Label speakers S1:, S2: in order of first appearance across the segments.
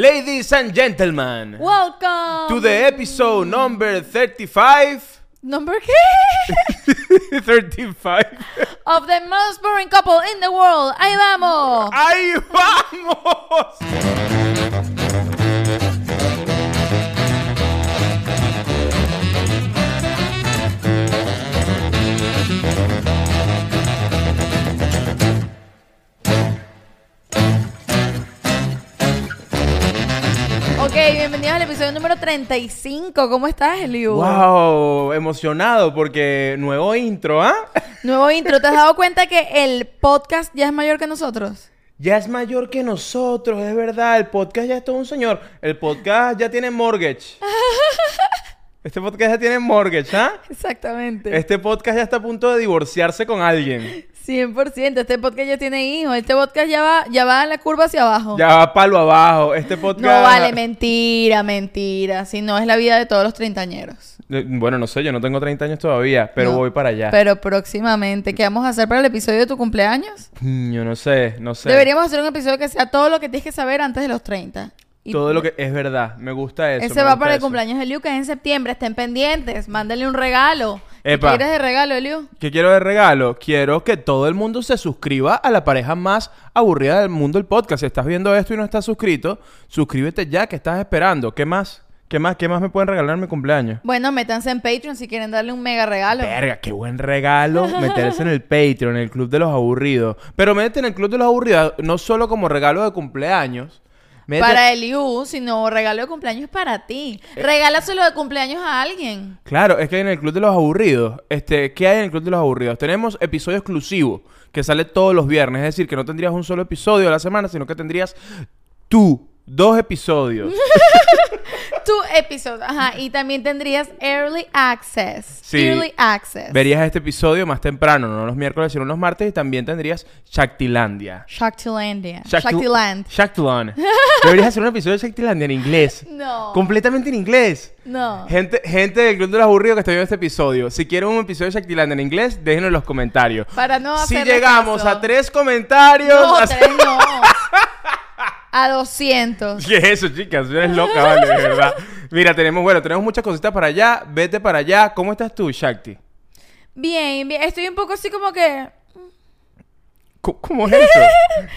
S1: Ladies and gentlemen,
S2: Welcome.
S1: to the episode number 35.
S2: Number qué?
S1: 35.
S2: of the most boring couple in the world. Ahí vamos.
S1: ¡Ahí vamos!
S2: Ok, bienvenidos al episodio número 35. ¿Cómo estás, Eliu?
S1: Wow, emocionado porque nuevo intro, ¿ah?
S2: Nuevo intro. ¿Te has dado cuenta que el podcast ya es mayor que nosotros?
S1: Ya es mayor que nosotros, es verdad. El podcast ya es todo un señor. El podcast ya tiene mortgage. Este podcast ya tiene mortgage, ¿ah?
S2: Exactamente.
S1: Este podcast ya está a punto de divorciarse con alguien.
S2: 100%. Este podcast ya tiene hijos. Este podcast ya va, ya va en la curva hacia abajo.
S1: Ya va palo abajo. Este podcast.
S2: No vale, mentira, mentira. Si no, es la vida de todos los treintañeros.
S1: Eh, Bueno, no sé, yo no tengo 30 años todavía, pero
S2: No.
S1: voy para allá.
S2: Pero próximamente, ¿qué vamos a hacer para el episodio de tu cumpleaños?
S1: Mm, Yo no sé, no sé.
S2: Deberíamos hacer un episodio que sea todo lo que tienes que saber antes de los 30. Y
S1: Todo lo que es verdad, me gusta eso.
S2: Ese
S1: me
S2: va
S1: gusta
S2: para el
S1: eso.
S2: cumpleaños de Eliu, que es en septiembre. Estén pendientes. Mándale un regalo.
S1: Epa.
S2: ¿Qué quieres de regalo, Eliu?
S1: ¿Qué quiero de regalo? Quiero que todo el mundo se suscriba a la pareja más aburrida del mundo del podcast. Si estás viendo esto y no estás suscrito, suscríbete ya que estás esperando. ¿Qué más? ¿Qué más? ¿Qué más me pueden regalar en mi cumpleaños?
S2: Bueno, métanse en Patreon si quieren darle un mega regalo.
S1: Verga, qué buen regalo meterse en el Patreon, en el Club de los Aburridos. Pero métete en el Club de los Aburridos no solo como regalo de cumpleaños. métete-
S2: Para Eliu, sino regalo de cumpleaños para ti.
S1: Eh.
S2: Regálaselo de cumpleaños a alguien.
S1: Claro, es que en el Club de los Aburridos, este, ¿qué hay en el Club de los Aburridos? Tenemos episodio exclusivo que sale todos los viernes, es decir, que no tendrías un solo episodio a la semana, sino que tendrías tú dos episodios.
S2: Tu episodio. Ajá. Y también tendrías Early Access.
S1: Sí.
S2: Early Access.
S1: Verías este episodio más temprano, no los miércoles, sino los martes, y también tendrías Shaktilandia.
S2: Shaktilandia.
S1: Shaktu-
S2: Shaktiland.
S1: Shaktilan. Deberías hacer un episodio de Shaktilandia en inglés.
S2: No.
S1: Completamente en inglés.
S2: No.
S1: Gente, gente del Club de los Aburridos que está viendo este episodio, si quieren un episodio de Shaktilandia en inglés, déjenlo en los comentarios.
S2: Para no
S1: si
S2: hacerle
S1: llegamos
S2: caso.
S1: a tres comentarios.
S2: No,
S1: hace-
S2: tres no. A 200.
S1: ¿Qué es eso, chicas? Tú eres loca, vale, de verdad. Mira, tenemos, bueno, tenemos muchas cositas para allá. Vete para allá. ¿Cómo estás tú, Shakti?
S2: Bien, bien. Estoy un poco así como que...
S1: ¿Cómo, cómo es eso?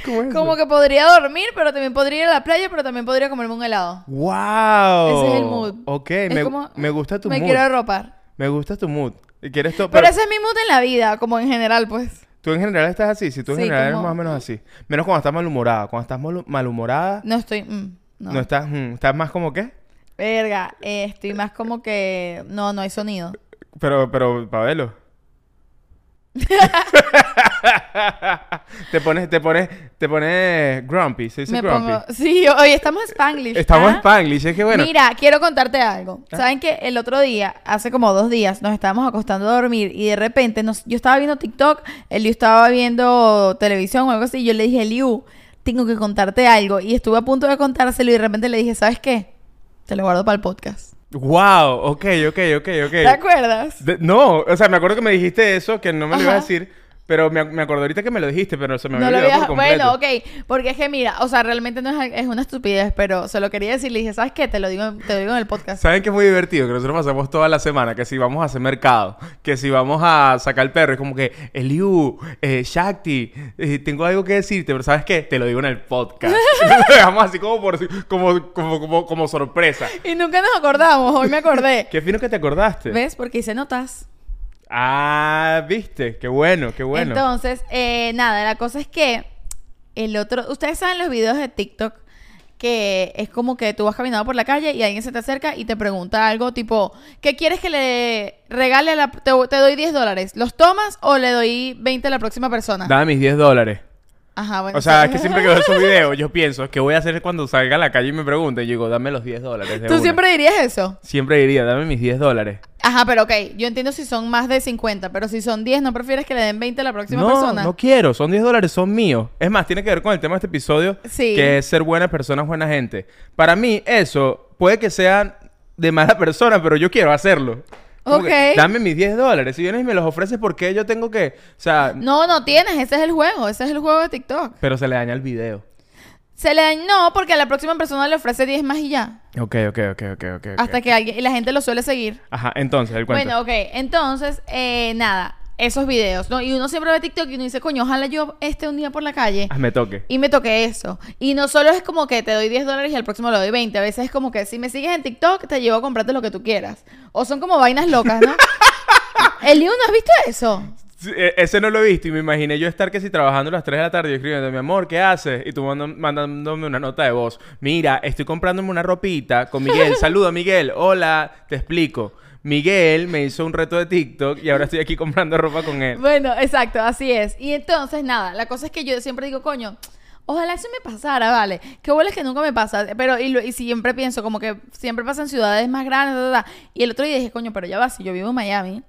S1: ¿Cómo es eso?
S2: Como que podría dormir, pero también podría ir a la playa, pero también podría comerme un helado.
S1: ¡Wow!
S2: Ese es el mood.
S1: Ok,
S2: Es
S1: me,
S2: como,
S1: me gusta tu
S2: me
S1: mood.
S2: quiero arropar.
S1: Me gusta tu mood. ¿Y ¿Quieres to-
S2: Pero,
S1: pero
S2: ese es mi mood en la vida, como en general, pues.
S1: Tú en general estás así. Si tú en
S2: Sí,
S1: general eres
S2: como-
S1: más o menos así. Menos cuando estás malhumorada. Cuando estás malu- malhumorada,
S2: No estoy... mm, no.
S1: no, estás. mm, estás más como qué?
S2: Verga, eh, estoy más como que... No, no hay sonido.
S1: Pero, pero, Pabelo. te pones, te pones, te pones grumpy, se dice
S2: Me
S1: grumpy.
S2: pongo... Sí, hoy estamos en Spanglish.
S1: Estamos en
S2: ¿ah?
S1: Spanglish, es que bueno. Ah.
S2: Mira, quiero contarte algo. Saben que el otro día, hace como dos días, nos estábamos acostando a dormir y de repente nos, yo estaba viendo TikTok, Eliu estaba viendo televisión o algo así, y yo le dije, Eliu, tengo que contarte algo. Y estuve a punto de contárselo y de repente le dije, ¿sabes qué? Te lo guardo para el podcast.
S1: Wow, ok, ok, ok,
S2: ¿Te
S1: ok.
S2: acuerdas?
S1: De- no, o sea, me acuerdo que me dijiste eso, que no me lo ibas a
S2: Ajá.
S1: decir, pero me, ac- me acordé ahorita que me lo dijiste, pero se me había
S2: No lo
S1: olvidado
S2: había...
S1: por completo.
S2: Bueno, ok. Porque es que mira, o sea, realmente no es, es una estupidez, pero se lo quería decir. Le dije, ¿sabes qué? Te lo digo, te lo digo en el podcast.
S1: Saben que es muy divertido, que nosotros pasamos toda la semana, que si vamos a hacer mercado, que si vamos a sacar el perro, es como que, Eliu, eh, Shakti, eh, tengo algo que decirte, pero ¿sabes qué? Te lo digo en el podcast. Lo dejamos así como, por, como, como, como, como sorpresa.
S2: Y nunca nos acordamos. Hoy me acordé.
S1: Qué fino que te acordaste.
S2: ¿Ves? Porque hice notas.
S1: Ah, viste, qué bueno, qué bueno.
S2: Entonces, eh, nada, la cosa es que el otro, ustedes saben los videos de TikTok que es como que tú vas caminando por la calle y alguien se te acerca y te pregunta algo tipo, ¿qué quieres que le regale a la... Te, te doy 10 dólares, ¿los tomas o le doy 20 a la próxima persona?
S1: Dame mis 10 dólares.
S2: Ajá, bueno.
S1: O sea, es
S2: sí.
S1: que siempre que veo esos videos, yo pienso, ¿qué voy a hacer cuando salga a la calle y me pregunten? Yo digo, dame los 10 dólares. de
S2: Tú
S1: una".
S2: siempre dirías eso.
S1: Siempre diría, dame mis 10 dólares.
S2: Ajá, pero ok, yo entiendo si son más de 50, pero si son 10, ¿no prefieres que le den 20 a la próxima
S1: no,
S2: persona?
S1: No quiero, son 10 dólares, son míos. Es más, tiene que ver con el tema de este episodio,
S2: Sí.
S1: que es ser buenas personas, buena gente. Para mí, eso puede que sea de mala persona, pero yo quiero hacerlo. Como que,
S2: Ok.
S1: dame mis 10 dólares. Si vienes y me los ofreces, ¿por qué yo tengo que.? O sea,
S2: no, no tienes, ese es el juego, ese es el juego de TikTok.
S1: pero se le daña el video.
S2: Se le no, porque a la próxima persona le ofrece 10 más y ya.
S1: Ok, ok, ok, ok, ok.
S2: Hasta que alguien, y la gente lo suele seguir.
S1: Ajá, entonces, el cuento.
S2: Bueno, ok. Entonces, eh, nada, esos videos, ¿no? Y uno siempre ve TikTok y uno dice, coño, ojalá yo esté un día por la calle
S1: Hazme toque.
S2: y me toque eso. Y no solo es como que te doy 10 dólares y al próximo le doy 20. A veces es como que si me sigues en TikTok, te llevo a comprarte lo que tú quieras. O son como vainas locas, ¿no? Eliu, ¿no has visto eso?
S1: Sí, e- Ese no lo he visto y me imaginé yo estar que si trabajando a las 3 de la tarde y escribiendo, mi amor, ¿qué haces? Y tú manda- mandándome una nota de voz. Mira, estoy comprándome una ropita con Miguel. Saluda, Miguel. Hola, te explico. Miguel me hizo un reto de TikTok y ahora estoy aquí comprando ropa con él.
S2: Bueno, exacto, así es. Y entonces, nada, la cosa es que yo siempre digo, coño, ojalá eso me pasara, vale. Qué bueno es que nunca me pasa, pero y, lo- y siempre pienso, como que siempre pasa en ciudades más grandes, ta, ta, ta. y el otro día dije, coño, pero ya va, si yo vivo en Miami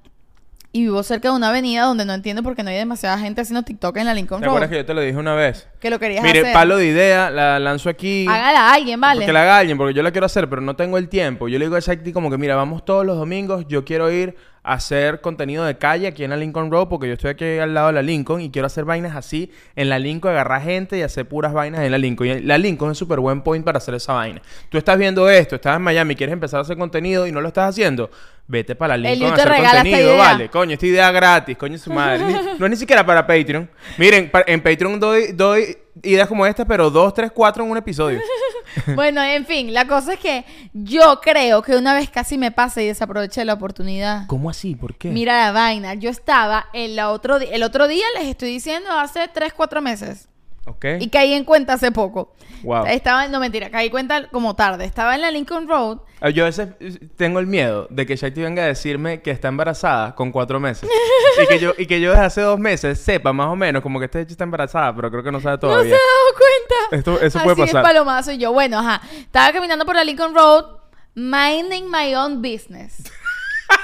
S2: y vivo cerca de una avenida donde no entiendo por qué no hay demasiada gente haciendo TikTok en la Lincoln
S1: ¿Te acuerdas que
S2: Road, que...
S1: yo te lo dije una vez?
S2: lo querías
S1: Mire,
S2: hacer.
S1: palo de idea, la lanzo aquí.
S2: Hágala a alguien, vale.
S1: Que la haga alguien, porque yo la quiero hacer, pero no tengo el tiempo. Yo le digo a Shakti como que, mira, vamos todos los domingos, yo quiero ir a hacer contenido de calle aquí en la Lincoln Road, porque yo estoy aquí al lado de la Lincoln y quiero hacer vainas así en la Lincoln, agarrar gente y hacer puras vainas en la Lincoln. Y la Lincoln es un súper buen point para hacer esa vaina. Tú estás viendo esto, estás en Miami, quieres empezar a hacer contenido y no lo estás haciendo, vete para la Lincoln
S2: Eliu
S1: a
S2: te
S1: hacer
S2: regala esta
S1: contenido,
S2: idea.
S1: vale. Coño, esta idea gratis, coño su madre. Ni- no es ni siquiera para Patreon. Miren, pa- en Patreon doy, doy ideas como esta, pero dos, tres, cuatro en un episodio.
S2: Bueno, en fin, la cosa es que yo creo que una vez casi me pasa y desaproveché la oportunidad.
S1: ¿Cómo así? ¿Por qué?
S2: Mira la vaina, yo estaba el otro, di- el otro día, les estoy diciendo, hace 3, 4 meses.
S1: Ok.
S2: Y caí en cuenta hace poco.
S1: Wow.
S2: Estaba, no mentira, caí en cuenta como tarde. Estaba en la Lincoln Road.
S1: Ah, Yo a veces eh, tengo el miedo de que Shakti venga a decirme que está embarazada con cuatro meses. y, que yo, y que yo desde hace dos meses sepa más o menos como que este hecho está embarazada, pero creo que no sabe
S2: No se
S1: todavía.
S2: ha dado cuenta.
S1: Esto- eso
S2: Así
S1: puede pasar.
S2: es palomazo y yo. Bueno, ajá. Estaba caminando por la Lincoln Road, minding my own business.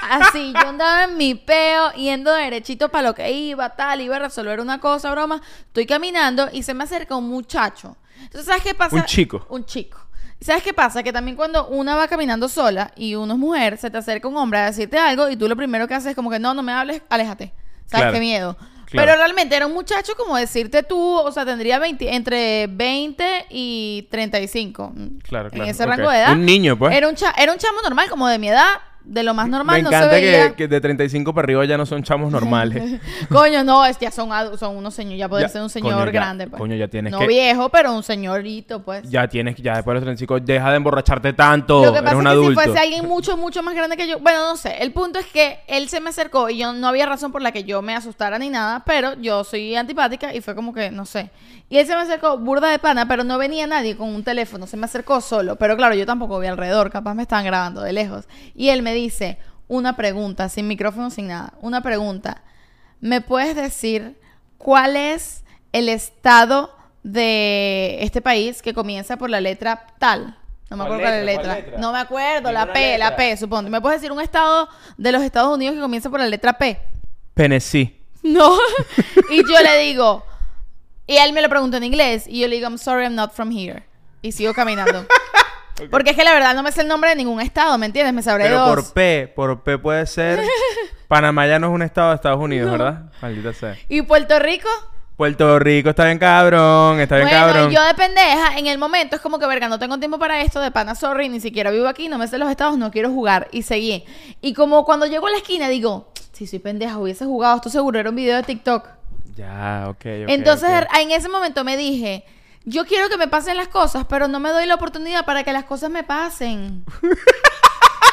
S2: Así, yo andaba en mi peo, yendo derechito para lo que iba, tal, iba a resolver una cosa, broma. Estoy caminando y se me acerca un muchacho. Entonces, ¿sabes qué pasa?
S1: Un chico.
S2: Un chico. ¿Sabes qué pasa? Que también cuando una va caminando sola y uno es mujer, se te acerca un hombre a decirte algo y tú lo primero que haces es como que no, no me hables, aléjate. ¿Sabes
S1: Claro.
S2: qué miedo?
S1: Claro.
S2: Pero realmente era un muchacho como decirte tú, o sea, tendría 20 entre 20 y 35. mm,
S1: Claro, claro,
S2: En ese
S1: ok.
S2: rango de edad.
S1: Un niño, pues.
S2: Era un, cha- era un chamo normal, como de mi edad, de lo más normal.
S1: Me
S2: no
S1: encanta
S2: se veía.
S1: que, que de 35 para arriba ya no son chamos normales.
S2: Coño, no, es, ya son, adu- son unos señores, ya poder
S1: Ya,
S2: ser un
S1: coño,
S2: señor
S1: ya,
S2: grande. pues.
S1: coño, ya tienes
S2: No
S1: que-
S2: viejo, pero un señorito, pues.
S1: ya tienes, ya después de los 35, deja de emborracharte tanto.
S2: Lo que
S1: Eres
S2: pasa es
S1: un
S2: que si
S1: adulto.
S2: fuese alguien mucho, mucho más grande que yo, bueno, no sé. El punto es que él se me acercó y yo no había razón por la que yo me asustara ni nada, pero yo soy antipática y fue como que, no sé. Y él se me acercó burda de pana, pero no venía nadie con un teléfono, se me acercó solo. Pero claro, yo tampoco vi alrededor, capaz me estaban grabando de lejos. Y él me dice una pregunta, sin micrófono, sin nada, una pregunta. ¿Me puedes decir cuál es el estado de este país que comienza por la letra tal? No me
S1: ¿Cuál
S2: acuerdo cuál es la
S1: letra?
S2: letra.
S1: ¿Cuál letra?
S2: No me acuerdo, la
S1: Ninguna
S2: P, la
S1: letra.
S2: P, supongo. ¿Me puedes decir un estado de los Estados Unidos que comienza por la letra P?
S1: Penecí.
S2: No. y yo le digo, y él me lo preguntó en inglés, y yo le digo, I'm sorry, I'm not from here. Y sigo caminando. Porque es que la verdad no me sé el nombre de ningún estado, ¿me entiendes? Me sabré
S1: Pero
S2: dos.
S1: por P, por P puede ser. Panamá ya no es un estado de Estados Unidos, ¿verdad? Maldita sea.
S2: ¿Y Puerto Rico?
S1: Puerto Rico está bien cabrón, está bien
S2: bueno,
S1: cabrón.
S2: yo de pendeja, en el momento es como que, verga, no tengo tiempo para esto, de pana, sorry, ni siquiera vivo aquí, no me sé los estados, no quiero jugar. Y seguí. Y como cuando llego a la esquina, digo, si soy pendeja, hubiese jugado, esto seguro era un video de TikTok.
S1: Ya, ok, ok.
S2: Entonces,
S1: ok.
S2: en ese momento me dije, yo quiero que me pasen las cosas, pero no me doy la oportunidad para que las cosas me pasen.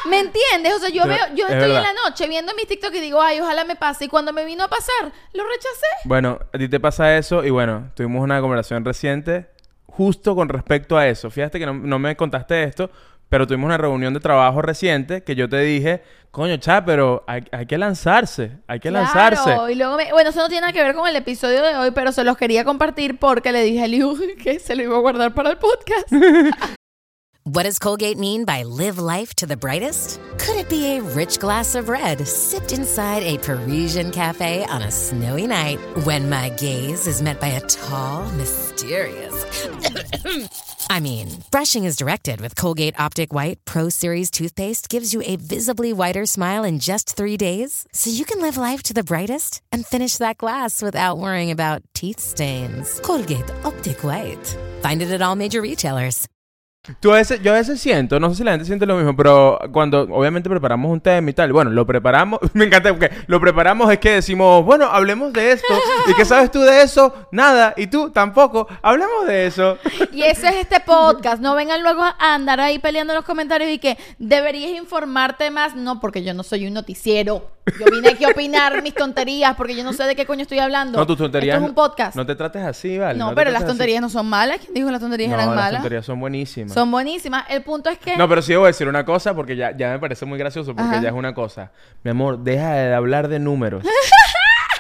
S2: ¿Me entiendes? O sea, yo
S1: Es
S2: veo, yo
S1: es
S2: estoy
S1: verdad.
S2: en la noche viendo mis TikTok y digo, ay, ojalá me pase. Y cuando me vino a pasar, lo rechacé.
S1: Bueno, a ti te pasa eso y bueno, tuvimos una conversación reciente justo con respecto a eso. Fíjate que no, no me contaste esto, pero tuvimos una reunión de trabajo reciente que yo te dije, coño, cha, pero hay, hay que lanzarse, hay que
S2: Claro,
S1: lanzarse.
S2: y luego me- Bueno, eso no tiene nada que ver con el episodio de hoy, pero se los quería compartir porque le dije a Liu que se lo iba a guardar para el podcast.
S3: What does Colgate mean by live life to the brightest? Could it be a rich glass of red sipped inside a Parisian cafe on a snowy night when my gaze is met by a tall, mysterious. I mean, brushing is directed with Colgate Optic White Pro Series toothpaste gives you a visibly whiter smile in just three days, so you can live life to the brightest and finish that glass without worrying about teeth stains. Colgate Optic White. Find it at all major retailers.
S1: Tú a veces, yo a veces siento, no sé si la gente siente lo mismo, pero cuando obviamente preparamos un tema y tal, bueno, lo preparamos, me encanta porque lo preparamos es que decimos, bueno, hablemos de esto, ¿y qué sabes tú de eso? Nada, y tú tampoco, hablemos de eso.
S2: Y eso es este podcast. No vengan luego a andar ahí peleando en los comentarios y que deberías informarte más. No, porque yo no soy un noticiero. Yo vine aquí a opinar mis tonterías porque yo no sé de qué coño estoy hablando.
S1: No, tus tonterías.
S2: Esto es un podcast.
S1: No te trates así, ¿vale?
S2: No,
S1: te
S2: pero
S1: trates
S2: las
S1: así.
S2: tonterías no son malas. ¿Quién dijo que las tonterías
S1: No,
S2: eran
S1: las
S2: malas?
S1: tonterías son buenísimas.
S2: Son buenísimas. El punto es que.
S1: No, pero sí debo decir una cosa porque ya, ya me parece muy gracioso porque
S2: Ajá.
S1: ya es una cosa. Mi amor, deja de hablar de números.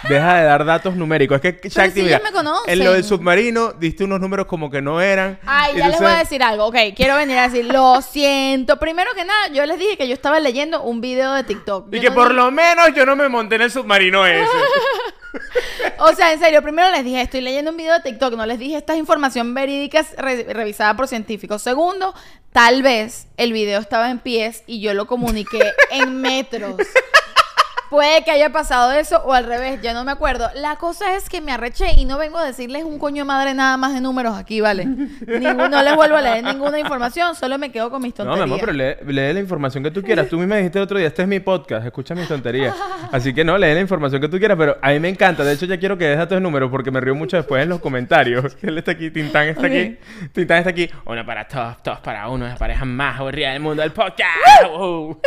S1: Deja de dar datos numéricos. Es que Shakti,
S2: si
S1: mira,
S2: ellos me conocen.
S1: en lo del submarino diste unos números como que no eran.
S2: Ay,
S1: Y
S2: ya les voy a
S1: entonces-
S2: decir algo. Ok, quiero venir a decir, lo siento. Primero que nada, yo les dije que yo estaba leyendo un video de TikTok.
S1: Y
S2: Yo
S1: que
S2: no
S1: por
S2: dije-
S1: lo menos yo no me monté en el submarino ese.
S2: O sea, en serio, primero les dije, estoy leyendo un video de TikTok, no les dije esta es información verídica re- revisada por científicos. Segundo, tal vez el video estaba en pies y yo lo comuniqué en metros. Puede que haya pasado eso o al revés, ya no me acuerdo. La cosa es que me arreché y no vengo a decirles un coño de madre nada más de números aquí, ¿vale? Ningún- no les vuelvo a leer ninguna información, solo me quedo con mis
S1: No, mi
S2: tonterías.
S1: amor, pero lee, lee la información que tú quieras. Tú misma dijiste el otro día, este es mi podcast, escucha mis tonterías. Así que no, lee la información que tú quieras, pero a mí me encanta. De hecho, ya quiero que dejes tus números porque me río mucho después en los comentarios. Él está aquí, Tintán está aquí, Tintán está aquí. Uno para todos, todos para uno, la pareja más aburrida del mundo, el podcast. Wow.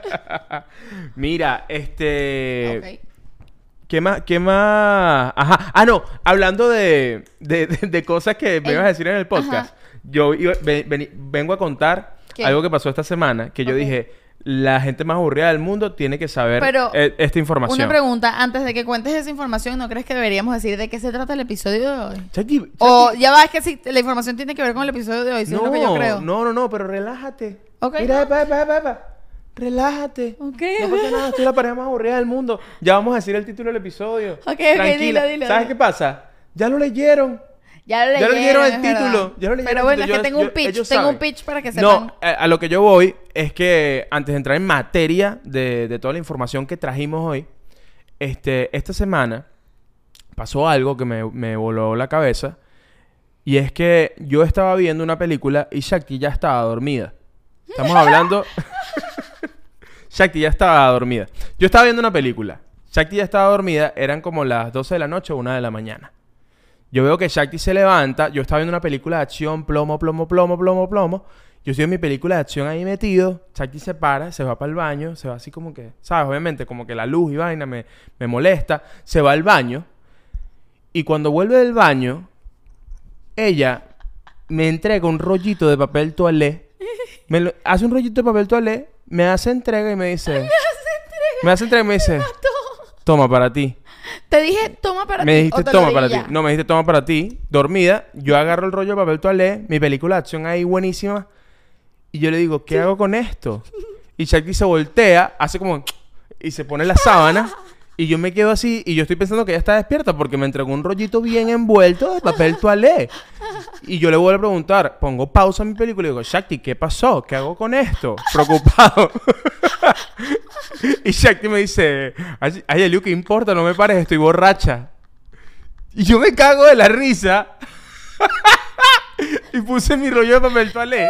S1: Mira, este...
S2: Ok.
S1: ¿Qué más? ¿Qué más? Ajá. Ah, no. Hablando de, de, de- de cosas que me
S2: El-
S1: ibas a decir en el podcast. Yo iba- ve- veni- vengo a contar
S2: ¿Qué?
S1: algo que pasó esta semana que yo
S2: Ok.
S1: dije, la gente más aburrida del mundo tiene que saber
S2: Pero,
S1: eh, esta información.
S2: Una pregunta, antes de que cuentes esa información, ¿no crees que deberíamos decir de qué se trata el episodio de hoy?
S1: Chucky, Chucky,
S2: O ya va, es que sí, la información tiene que ver con el episodio de hoy, si es
S1: no,
S2: lo que yo creo.
S1: no, no, no, pero relájate.
S2: Ok.
S1: Mira, epa, epa, epa, epa. Relájate.
S2: Ok.
S1: No pasa nada, estoy la pareja más aburrida del mundo. Ya vamos a decir el título del episodio.
S2: ok,
S1: Tranquila.
S2: dilo, dilo,
S1: ¿Sabes
S2: dilo.
S1: qué pasa? Ya lo leyeron.
S2: Ya lo
S1: Ya
S2: leyeron,
S1: lo leyeron el
S2: es
S1: título.
S2: verdad.
S1: Ya lo leyeron
S2: Pero
S1: el
S2: bueno,
S1: título,
S2: es que
S1: yo-
S2: tengo un
S1: yo-
S2: pitch,
S1: ellos
S2: tengo
S1: saben.
S2: un pitch para que sepan.
S1: No, a, a lo que yo voy es que antes de entrar en materia de, de toda la información que trajimos hoy, este, esta semana pasó algo que me, me voló la cabeza. Y es que yo estaba viendo una película y Shakti ya estaba dormida. Estamos hablando. Shakti ya estaba dormida. Yo estaba viendo una película. Shakti ya estaba dormida. Eran como las 12 de la noche o 1 de la mañana. Yo veo que Shakti se levanta. Yo estaba viendo una película de acción, plomo, plomo, plomo, plomo, plomo. Yo estoy en mi película de acción ahí metido. Shakti se para, se va para el baño, se va así como que, ¿sabes? Obviamente, como que la luz y vaina me, me molesta. Se va al baño. Y cuando vuelve del baño, ella me entrega un rollito de papel toalé. Me lo- hace un rollito de papel toalé, me hace entrega y me dice.
S2: Ah,
S1: Me hace entrega y me dice. Toma para ti.
S2: Te dije, toma para
S1: Me
S2: ti.
S1: dijiste
S2: o te lo
S1: toma
S2: dije
S1: para ti.
S2: ya?
S1: No, me dijiste toma para ti. Dormida, yo agarro el rollo de papel toalé, mi película de acción ahí buenísima. Y yo le digo, ¿qué hago con esto? Y Shakti se voltea, hace como. Y se pone la sábana. Y yo me quedo así. Y yo estoy pensando que ella está despierta porque me entregó un rollito bien envuelto de papel toalé. Y yo le vuelvo a preguntar, pongo pausa a mi película y digo, Shakti, ¿qué pasó? ¿Qué hago con esto? Preocupado. y Shakti me dice, ay, ay, Eliu, ¿qué importa? No me pares, estoy borracha. Y yo me cago de la risa. y puse mi rollo de papel toalé.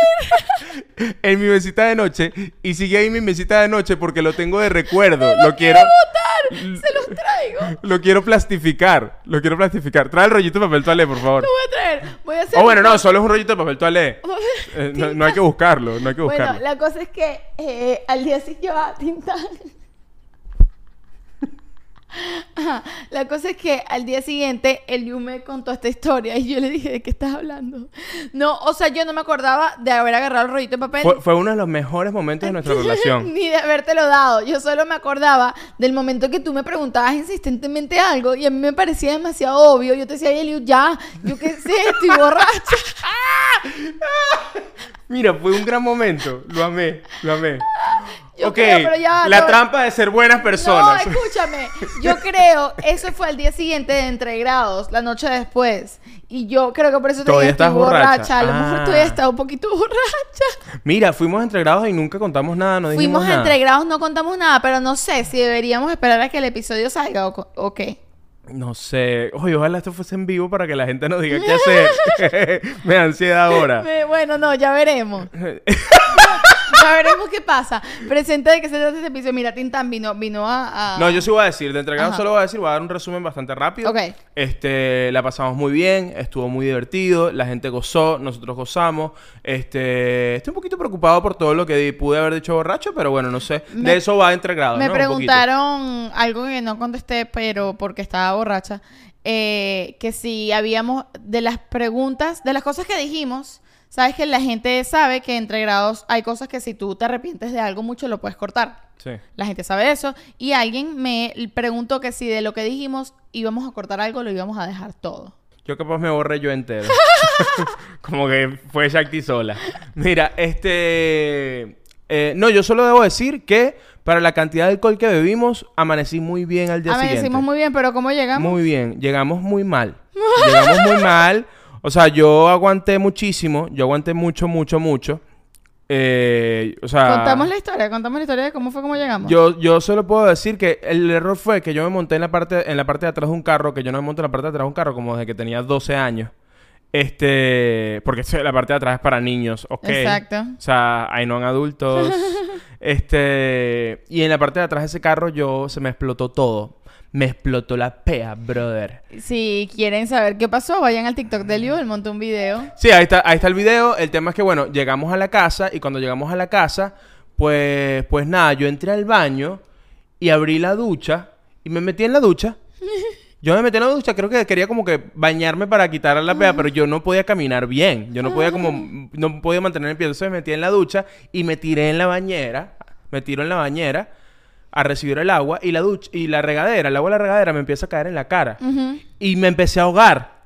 S1: en mi mesita de noche. Y sigue ahí mi mesita de noche porque lo tengo de recuerdo. Lo quiero.
S2: ¡Botar! ¡Se los traigo! Lo
S1: Lo quiero plastificar. Lo quiero plastificar. Trae el rollito de papel toalé, por favor.
S2: voy a traer. Voy a hacer.
S1: Oh, bueno, no, solo es un rollito de papel toalé.
S2: Voy a-
S1: Eh, no, no hay que buscarlo, no hay que buscarlo.
S2: Bueno, la cosa es que eh, al día siguiente va Tintán. Ajá, La cosa es que al día siguiente el Yu me contó esta historia y yo le dije, ¿de qué estás hablando? No, o sea, yo no me acordaba de haber agarrado el rollito de papel.
S1: Fue, fue uno de los mejores momentos de nuestra relación.
S2: Ni de habértelo dado. Yo solo me acordaba del momento que tú me preguntabas insistentemente algo y a mí me parecía demasiado obvio. Yo te decía, Eliu, ya, yo qué sé, estoy borracha.
S1: Mira, fue un gran momento. Lo amé, lo amé.
S2: Yo
S1: ok,
S2: creo, pero ya va,
S1: la
S2: no.
S1: trampa de ser buenas personas.
S2: No, escúchame. Yo creo, eso fue al día siguiente de entre grados, la noche después. Y yo creo que por eso te
S1: Todavía
S2: dije, estoy
S1: estás borracha.
S2: A lo mejor
S1: Ah.
S2: todavía estaba un poquito borracha.
S1: Mira, fuimos entregrados y nunca contamos nada, no dijimos
S2: Fuimos a
S1: nada.
S2: entre grados, no contamos nada, pero no sé si deberíamos esperar a que el episodio salga o, co- o qué.
S1: No sé. Oye, ojalá esto fuese en vivo para que la gente nos diga qué hacer. Me da ansiedad ahora.
S2: Me- Bueno, no, ya veremos. ya veremos qué pasa. Presenta de qué se trata este episodio. Mira, Tintán vino, vino a, a-
S1: No, yo sí voy a decir, de entregado
S2: Ajá.
S1: solo voy a decir, voy a dar un resumen bastante rápido.
S2: Ok.
S1: Este, la pasamos muy bien, estuvo muy divertido, la gente gozó, nosotros gozamos. Este, estoy un poquito preocupado por todo lo que di- pude haber dicho borracho, pero bueno, no sé.
S2: Me-
S1: de eso va entregado.
S2: Me
S1: Ah, ¿no? Un poquito.
S2: preguntaron algo que no contesté, pero porque estaba borracha. eh, que si habíamos, de las preguntas, de las cosas que dijimos, sabes que la gente sabe que entre grados hay cosas que si tú te arrepientes de algo mucho lo puedes cortar.
S1: Sí.
S2: La gente sabe eso. Y alguien me preguntó que si de lo que dijimos íbamos a cortar algo, lo íbamos a dejar todo.
S1: Yo capaz me borré yo entero. Como que fue Shakti sola. Mira, este... eh, no, yo solo debo decir que para la cantidad de alcohol que bebimos, amanecí muy bien al día siguiente.
S2: Amanecimos Ah, muy bien, pero ¿cómo llegamos?
S1: Muy bien, llegamos muy mal. llegamos muy mal. O sea, yo aguanté muchísimo, yo aguanté mucho, mucho, mucho. Eh, o sea,
S2: Contamos la historia, contamos la historia de cómo fue cómo llegamos.
S1: yo, yo solo puedo decir que el error fue que yo me monté en la parte, en la parte de atrás de un carro, que yo no me monto en la parte de atrás de un carro como desde que tenía 12 años. Este, porque eso de la parte de atrás es para niños, ok.
S2: Exacto.
S1: O sea, ahí no en adultos. este, y en la parte de atrás de ese carro yo se me explotó todo. Me explotó la pea, brother.
S2: Si quieren saber qué pasó, vayan al TikTok de
S1: Ah.
S2: Liu, él montó un video.
S1: Sí, ahí está, ahí está el video. El tema es que, bueno, llegamos a la casa y cuando llegamos a la casa, pues, pues nada, yo entré al baño y abrí la ducha y me metí en la ducha. Yo me metí en la ducha, creo que quería como que bañarme para quitar la pea, pero yo no podía caminar bien. Yo no podía como, no podía mantener el pie. Entonces me metí en la ducha y me tiré en la bañera. Me tiro en la bañera a recibir el agua y la ducha, y la regadera, el agua de la regadera me empieza a caer en la cara. Y me empecé a ahogar.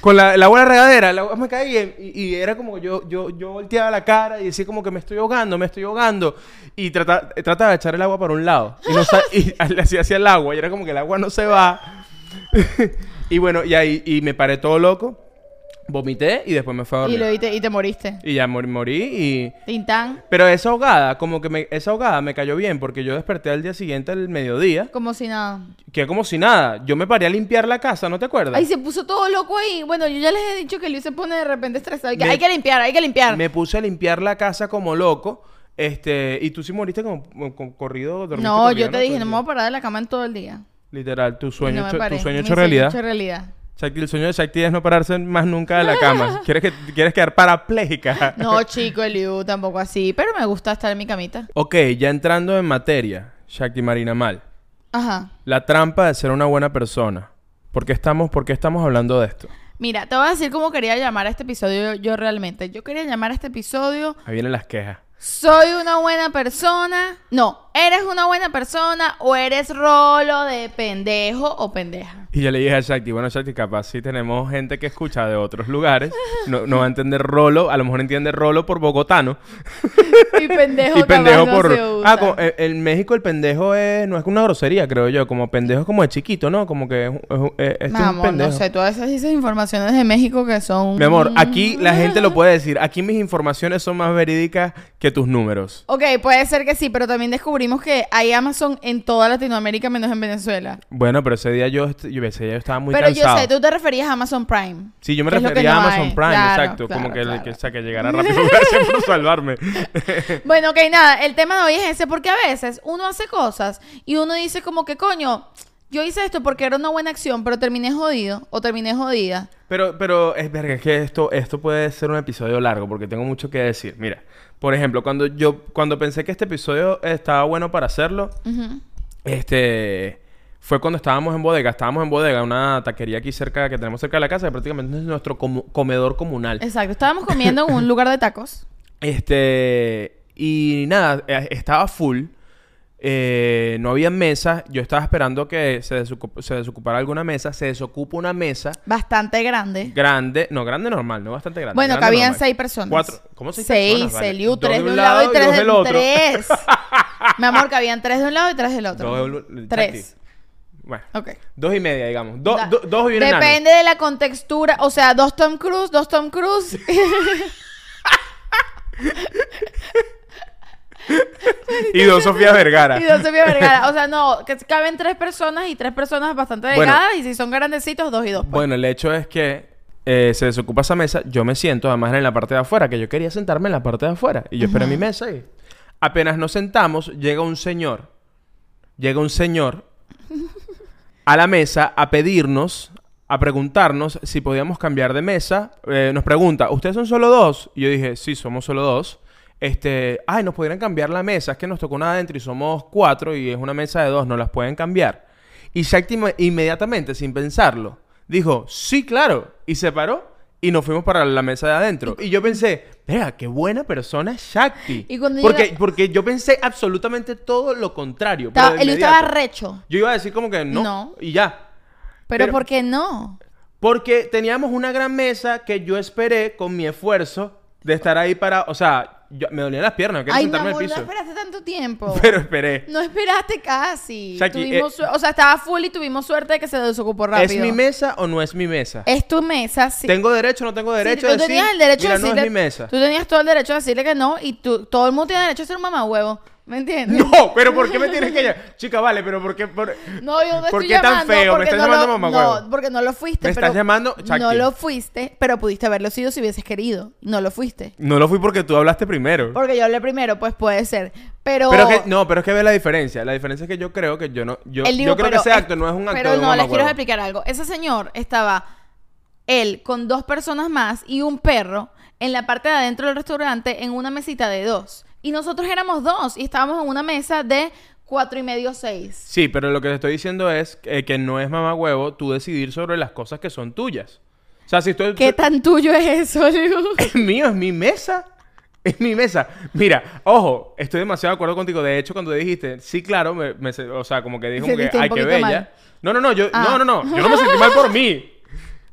S1: Con la, el agua de la regadera, el agua me caía y, y era como que yo, yo, yo volteaba la cara y decía como que me estoy ahogando, me estoy ahogando. Y trata- trataba de echar el agua para un lado. Y, no sa- y le hacía hacia el agua y era como que el agua no se va. y bueno, y ahí y me paré todo loco, vomité y después me fue a
S2: Y,
S1: dormir.
S2: lo, y, te, y te moriste.
S1: Y, ya mor- morí y...
S2: Tintán,
S1: Pero esa ahogada, como que me- esa ahogada me cayó bien porque yo desperté al día siguiente, al mediodía,
S2: como si nada.
S1: que como si nada. Yo me paré a limpiar la casa, ¿no te acuerdas?
S2: Ahí se puso todo loco ahí. Bueno, yo ya les he dicho que Liu se pone de repente estresado. y que
S1: Me-
S2: hay que limpiar, hay que limpiar.
S1: Me puse a limpiar la casa como loco. Este, y tú sí moriste como, como- como corrido, dormiste
S2: no,
S1: corrido,
S2: yo te dije,
S1: Todo
S2: no
S1: el
S2: me voy a parar de la cama en todo el día.
S1: día. Literal, tu sueño,
S2: Y no me
S1: hecho-
S2: paré.
S1: tu sueño
S2: Mi
S1: hecho realidad.
S2: hecho realidad.
S1: Shakti, el sueño de Shakti es no pararse más nunca de la cama. ¿Quieres, que, quieres quedar parapléjica?
S2: No, chico, Liu tampoco así. Pero me gusta estar en mi camita.
S1: Ok, ya entrando en materia, Shakti Marina Mal.
S2: Ajá.
S1: La trampa de ser una buena persona. ¿Por qué estamos, por qué estamos hablando de esto?
S2: Mira, te voy a decir cómo quería llamar a este episodio yo realmente. Yo quería llamar a este episodio
S1: Ahí vienen las quejas.
S2: Soy una buena persona. No, eres una buena persona o eres rolo de pendejo o pendeja.
S1: Y yo le dije a Shakti, bueno, Shakti, capaz si tenemos gente que escucha de otros lugares, no, no va a entender rolo, a lo mejor entiende rolo por bogotano.
S2: Y pendejo,
S1: y pendejo
S2: capaz no
S1: por...
S2: se usa.
S1: ah, como, eh, en México el pendejo es... No es una grosería, creo yo. Como pendejo es como de chiquito, ¿no? Como que es, un- es un- eh, este es un
S2: Vamos,
S1: pendejo.
S2: no sé, todas esas dices informaciones de México que son.
S1: Mi amor, aquí
S2: Mm.
S1: la gente lo puede decir. Aquí mis informaciones son más verídicas que tus números.
S2: Ok, puede ser que sí, pero también descubrimos que hay Amazon en toda Latinoamérica menos en Venezuela.
S1: Bueno, pero ese día yo, est- yo, ese día yo estaba muy
S2: pero
S1: cansado.
S2: yo sé, tú te referías a Amazon Prime.
S1: Sí, yo me
S2: que es lo
S1: refería
S2: que
S1: a
S2: no
S1: Amazon
S2: hay.
S1: Prime,
S2: Claro,
S1: exacto. como
S2: claro,
S1: que,
S2: claro.
S1: que, o sea, que llegara rápido. Gracias por salvarme.
S2: Bueno, ok, nada, el tema de hoy es ese, porque a veces uno hace cosas y uno dice como que, coño, yo hice esto porque era una buena acción, pero terminé jodido o terminé jodida.
S1: Pero, pero, es verga, es que esto, esto puede ser un episodio largo porque tengo mucho que decir. Mira, por ejemplo, cuando yo, cuando pensé que este episodio estaba bueno para hacerlo, este, fue cuando estábamos en bodega. Estábamos en bodega, una taquería aquí cerca, que tenemos cerca de la casa, que prácticamente es nuestro como- comedor comunal.
S2: Exacto, estábamos comiendo en un lugar de tacos.
S1: Este, y nada, eh, estaba full. eh, no había mesas. Yo estaba esperando que se, desocup- se desocupara alguna mesa. Se desocupa una mesa
S2: Bastante grande.
S1: grande. No, grande normal, no bastante grande.
S2: Bueno,
S1: grande
S2: cabían
S1: normal.
S2: seis personas.
S1: Cuatro. ¿Cómo seis, personas?
S2: Seis,
S1: Vale.
S2: Eliu,
S1: Dos
S2: tres de un lado y tres
S1: dos
S2: del otro. Tres. Mi amor, cabían tres de un lado y tres del
S1: Dos
S2: otro.
S1: del-
S2: tres.
S1: Chati. Bueno,
S2: Ok.
S1: dos y media, digamos. Do-
S2: Da-
S1: do- dos y un enano.
S2: Depende de la contextura. O sea, dos Tom Cruise, dos Tom Cruise.
S1: y dos Sofía Vergara.
S2: Y dos Sofía Vergara. O sea, no, que caben tres personas y tres personas bastante
S1: Bueno.
S2: delgadas. y si son grandecitos, dos y dos. pues.
S1: Bueno, el hecho es que eh, se desocupa esa mesa. Yo me siento, además, era en la parte de afuera, que yo quería sentarme en la parte de afuera. Y yo esperé mi mesa y apenas nos sentamos, llega un señor. Llega un señor a la mesa a pedirnos, a preguntarnos si podíamos cambiar de mesa. Eh, nos pregunta, ¿ustedes son solo dos? Y yo dije, sí, somos solo dos. Este, ay, nos podrían cambiar la mesa. Es que nos tocó una adentro y somos cuatro y es una mesa de dos, nos las pueden cambiar. Y Shakti inme- inmediatamente, sin pensarlo, dijo, sí, claro. Y se paró y nos fuimos para la mesa de adentro. Y yo pensé, vea, qué buena persona es Shakti.
S2: Y cuando
S1: porque,
S2: llega-
S1: porque yo pensé absolutamente todo lo contrario. pero
S2: Estaba-
S1: de
S2: Eliu estaba
S1: inmediato.
S2: recho.
S1: Yo iba a decir como que no.
S2: No.
S1: Y ya.
S2: Pero,
S1: Pero-
S2: ¿por qué no?
S1: Porque teníamos una gran mesa que yo esperé con mi esfuerzo de estar ahí para... O sea, yo- me dolían las piernas, quería
S2: Ay, mi
S1: sentarme
S2: amor,
S1: en el
S2: no
S1: piso.
S2: esperaste tanto tiempo.
S1: Pero esperé.
S2: No esperaste casi.
S1: Shaki,
S2: Tuvimos
S1: eh,
S2: su- o sea, estaba full y tuvimos suerte de que se desocupó rápido.
S1: ¿Es mi mesa o no es mi mesa?
S2: Es tu mesa, sí.
S1: ¿Tengo derecho o no tengo
S2: Sí,
S1: derecho a
S2: tú
S1: decir,
S2: tenías el derecho
S1: mira,
S2: de decirle,
S1: no es mi mesa?
S2: Tú tenías todo el derecho de decirle que no y tú, todo el mundo tiene derecho a ser un mamahuevo. ¿Me entiendes?
S1: No, pero ¿por qué me tienes que llamar? Chica, vale, pero ¿por qué? por-
S2: No, yo no te
S1: ¿Por
S2: estoy
S1: qué tan
S2: llamando
S1: feo? ¿Me
S2: porque
S1: estás
S2: no
S1: llamando
S2: lo-
S1: mamahuevo?
S2: No, porque no lo fuiste.
S1: ¿Me
S2: pero-
S1: estás llamando?
S2: No
S1: Shakti.
S2: lo fuiste, pero pudiste haberlo sido si hubieses querido. No lo fuiste.
S1: No lo fui porque tú hablaste primero.
S2: Porque yo hablé primero, pues puede ser. Pero.
S1: Pero es que, no, pero es que ve la diferencia. La diferencia es que yo creo que yo no... Yo,
S2: Él dijo,
S1: yo creo que
S2: pero
S1: ese
S2: es-
S1: acto no es un acto
S2: Pero
S1: de un
S2: no, les quiero
S1: mamahuevo.
S2: explicar algo. Ese señor estaba, él, con dos personas más y un perro, en la parte de adentro del restaurante, en una mesita de dos. Y nosotros éramos dos y estábamos en una mesa de cuatro y medio, seis.
S1: Sí, pero lo que te estoy diciendo es eh, que no es mamá huevo tú decidir sobre las cosas que son tuyas. O sea, si estoy...
S2: ¿Qué tan tuyo es eso, Liu?
S1: Es mío, es mi mesa. Es mi mesa. Mira, ojo, estoy demasiado de acuerdo contigo. De hecho, cuando dijiste, sí, claro, me, me se- o sea, como que dijo como que,
S2: Sentiste un
S1: ay, qué
S2: poquito
S1: bella.
S2: mal.
S1: No, no, no, yo,
S2: Ah.
S1: no, no, no, yo no me sentí mal por mí.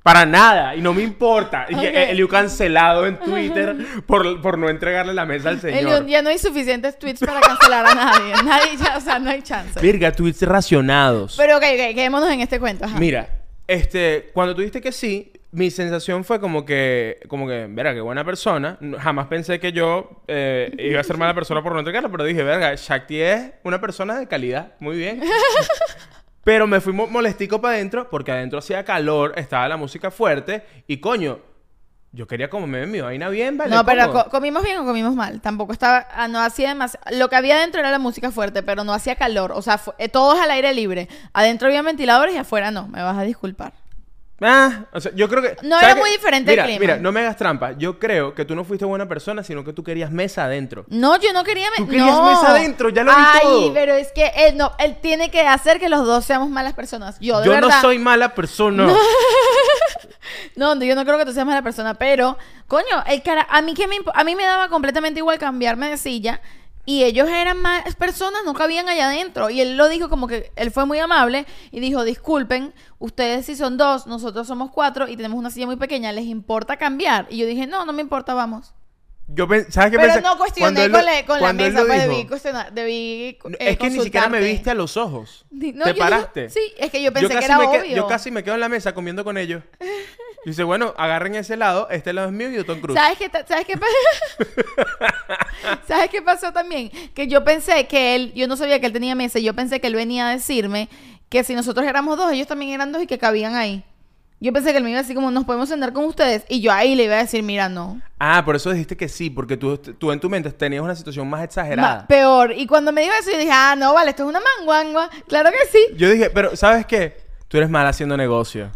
S1: Para nada, y no me importa. Y que,
S2: Ok.
S1: eh, Eliu cancelado en Twitter por, por no entregarle la mesa al señor.
S2: Eliu, ya no hay suficientes tweets para cancelar a nadie. Nadie ya, o sea, no hay chance.
S1: Virga, tweets racionados.
S2: Pero ok, ok, quedémonos en este cuento. ajá.
S1: Mira, este, cuando tú dijiste que sí, mi sensación fue como que, como que, verga, qué buena persona. No- Jamás pensé que yo eh, iba a ser mala persona por no entregarla, pero dije, verga, Shakti es una persona de calidad, muy bien. pero me fui mo- molestico para adentro porque adentro hacía calor, estaba la música fuerte y coño, yo quería comerme mi vaina bien, ¿vale?
S2: No, pero
S1: cómodo.
S2: co- comimos bien o comimos mal. Tampoco estaba, ah, no hacía demasiado. Lo que había adentro era la música fuerte, pero no hacía calor. O sea, fu- eh, todo es al aire libre. Adentro había ventiladores y afuera no. Me vas a disculpar.
S1: Ah, o sea, yo creo que...
S2: No
S1: ¿sabes
S2: era
S1: qué?
S2: muy diferente el
S1: Mira,
S2: clima.
S1: Mira, no me hagas trampa. Yo creo que tú no fuiste buena persona, sino que tú querías mesa adentro.
S2: No, yo no quería. me-
S1: Tú querías
S2: no.
S1: mesa adentro, ya lo vi
S2: Ay,
S1: todo.
S2: pero es que él no, él tiene que hacer que los dos seamos malas personas. Yo de
S1: Yo
S2: verdad.
S1: no soy mala persona.
S2: No, no, yo no creo que tú seas mala persona, pero coño, el cara, a mí que me impo- a mí me daba completamente igual cambiarme de silla y ellos eran más personas, no cabían allá adentro y él lo dijo como que él fue muy amable y dijo, "Disculpen, ustedes si son dos, nosotros somos cuatro y tenemos una silla muy pequeña, ¿les importa cambiar?" Y yo dije, "No, no me importa, vamos."
S1: Yo pen- ¿sabes qué
S2: Pero
S1: pensé?
S2: no
S1: Cuando
S2: cuestioné
S1: él lo-
S2: con, la, con la
S1: cuando él
S2: mesa,
S1: lo
S2: pues
S1: dijo,
S2: debí cuestionar, debí
S1: "No,
S2: eh,
S1: es que ni siquiera me
S2: consultarte.
S1: viste a los ojos.
S2: Di- no,
S1: Te
S2: yo digo-
S1: paraste.
S2: sí, es que yo pensé que
S1: casi
S2: era
S1: me que-
S2: obvio.
S1: yo casi me quedo en la mesa comiendo con ellos. Y dice, bueno, agarren ese lado, este lado es mío y yo Tom Cruise.
S2: ¿Sabes qué, ta- ¿sabes, qué pa- ¿Sabes qué pasó también? Que yo pensé que él, yo no sabía que él tenía mesa, yo pensé que él venía a decirme que si nosotros éramos dos, ellos también eran dos y que cabían ahí. Yo pensé que él me iba a decir como, nos podemos sentar con ustedes. Y yo ahí le iba a decir, mira, no.
S1: Ah, por eso dijiste que sí, porque tú, tú en tu mente tenías una situación más exagerada.
S2: Ma- peor. Y cuando me dijo eso, yo dije, ah, no, vale, esto es una manguangua. Claro que sí.
S1: Yo dije, pero ¿sabes qué? Tú eres mal haciendo negocio.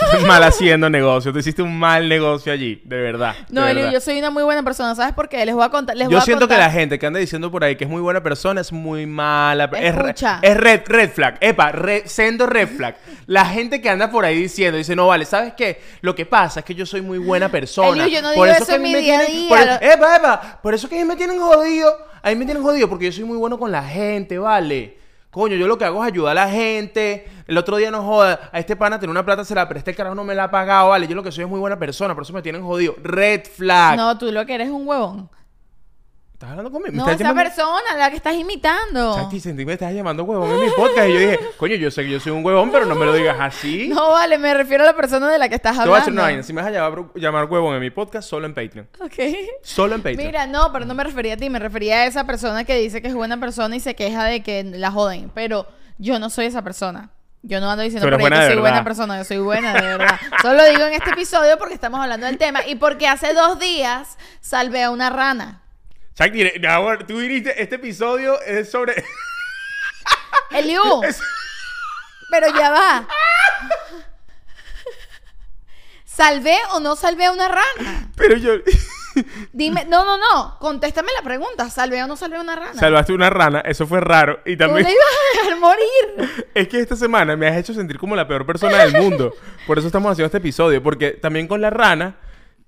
S1: Tú eres mal haciendo negocio. Tú hiciste un mal negocio allí, de verdad. de
S2: No, Eliu,
S1: verdad.
S2: yo soy una muy buena persona, ¿sabes por qué? Les voy a contar. Les voy
S1: Yo
S2: a
S1: siento que
S2: contar.
S1: la gente que anda diciendo por ahí que es muy buena persona es muy mala. per- Es, re-
S2: Escucha.
S1: es red, red flag. Epa, re- sendo red flag. La gente que anda por ahí diciendo, dice, no vale, ¿sabes qué? Lo que pasa es que yo soy muy buena persona.
S2: Eliu, yo no
S1: por
S2: digo
S1: eso,
S2: eso
S1: que a
S2: en
S1: mí
S2: mi
S1: me
S2: día a
S1: tienen,
S2: día,
S1: por- e-,
S2: lo-
S1: Epa, epa, por eso que a mí me tienen jodido. A mí me tienen jodido porque yo soy muy bueno con la gente, vale. Coño, yo lo que hago es ayudar a la gente. El otro día no joda. A este pana tiene una plata, se la presté, el carajo no me la ha pagado, vale. Yo lo que soy es muy buena persona, por eso me tienen jodido. Red flag.
S2: No, tú lo que eres es un huevón.
S1: ¿Estás hablando conmigo? ¿Me
S2: No,
S1: estás
S2: esa
S1: llamando?
S2: persona, la que estás imitando.
S1: Chati, sentí que me estás llamando huevón en mi podcast. Y yo dije, coño, yo sé que yo soy un huevón, pero no me lo digas así.
S2: No, vale, me refiero a la persona de la que estás
S1: Te voy a
S2: hablando.
S1: hacer una vaina. Si me vas a llamar, llamar huevón en mi podcast, solo en Patreon.
S2: Ok.
S1: Solo en Patreon.
S2: Mira, no, pero no me refería a ti, me refería a esa persona que dice que es buena persona y se queja de que la joden, pero yo no soy esa persona. Yo no ando diciendo
S1: Tú eres
S2: por ahí
S1: buena
S2: que
S1: de
S2: soy buena
S1: verdad.
S2: persona, yo soy buena de verdad. Solo digo en este episodio porque estamos hablando del tema y porque hace dos días salvé a una rana.
S1: Chati, ahora tú viniste, este episodio es sobre...
S2: Eliu. Pero ya va. ¿Salvé o no salvé a una rana?
S1: pero yo...
S2: Dime, no, no, no, contéstame la pregunta, ¿salvé o no salvé a una rana?
S1: Salvaste una rana, eso fue raro. Y
S2: Tú le
S1: también...
S2: ibas a dejar morir.
S1: Es que esta semana me has hecho sentir como la peor persona del mundo. Por eso estamos haciendo este episodio. Porque también con la rana,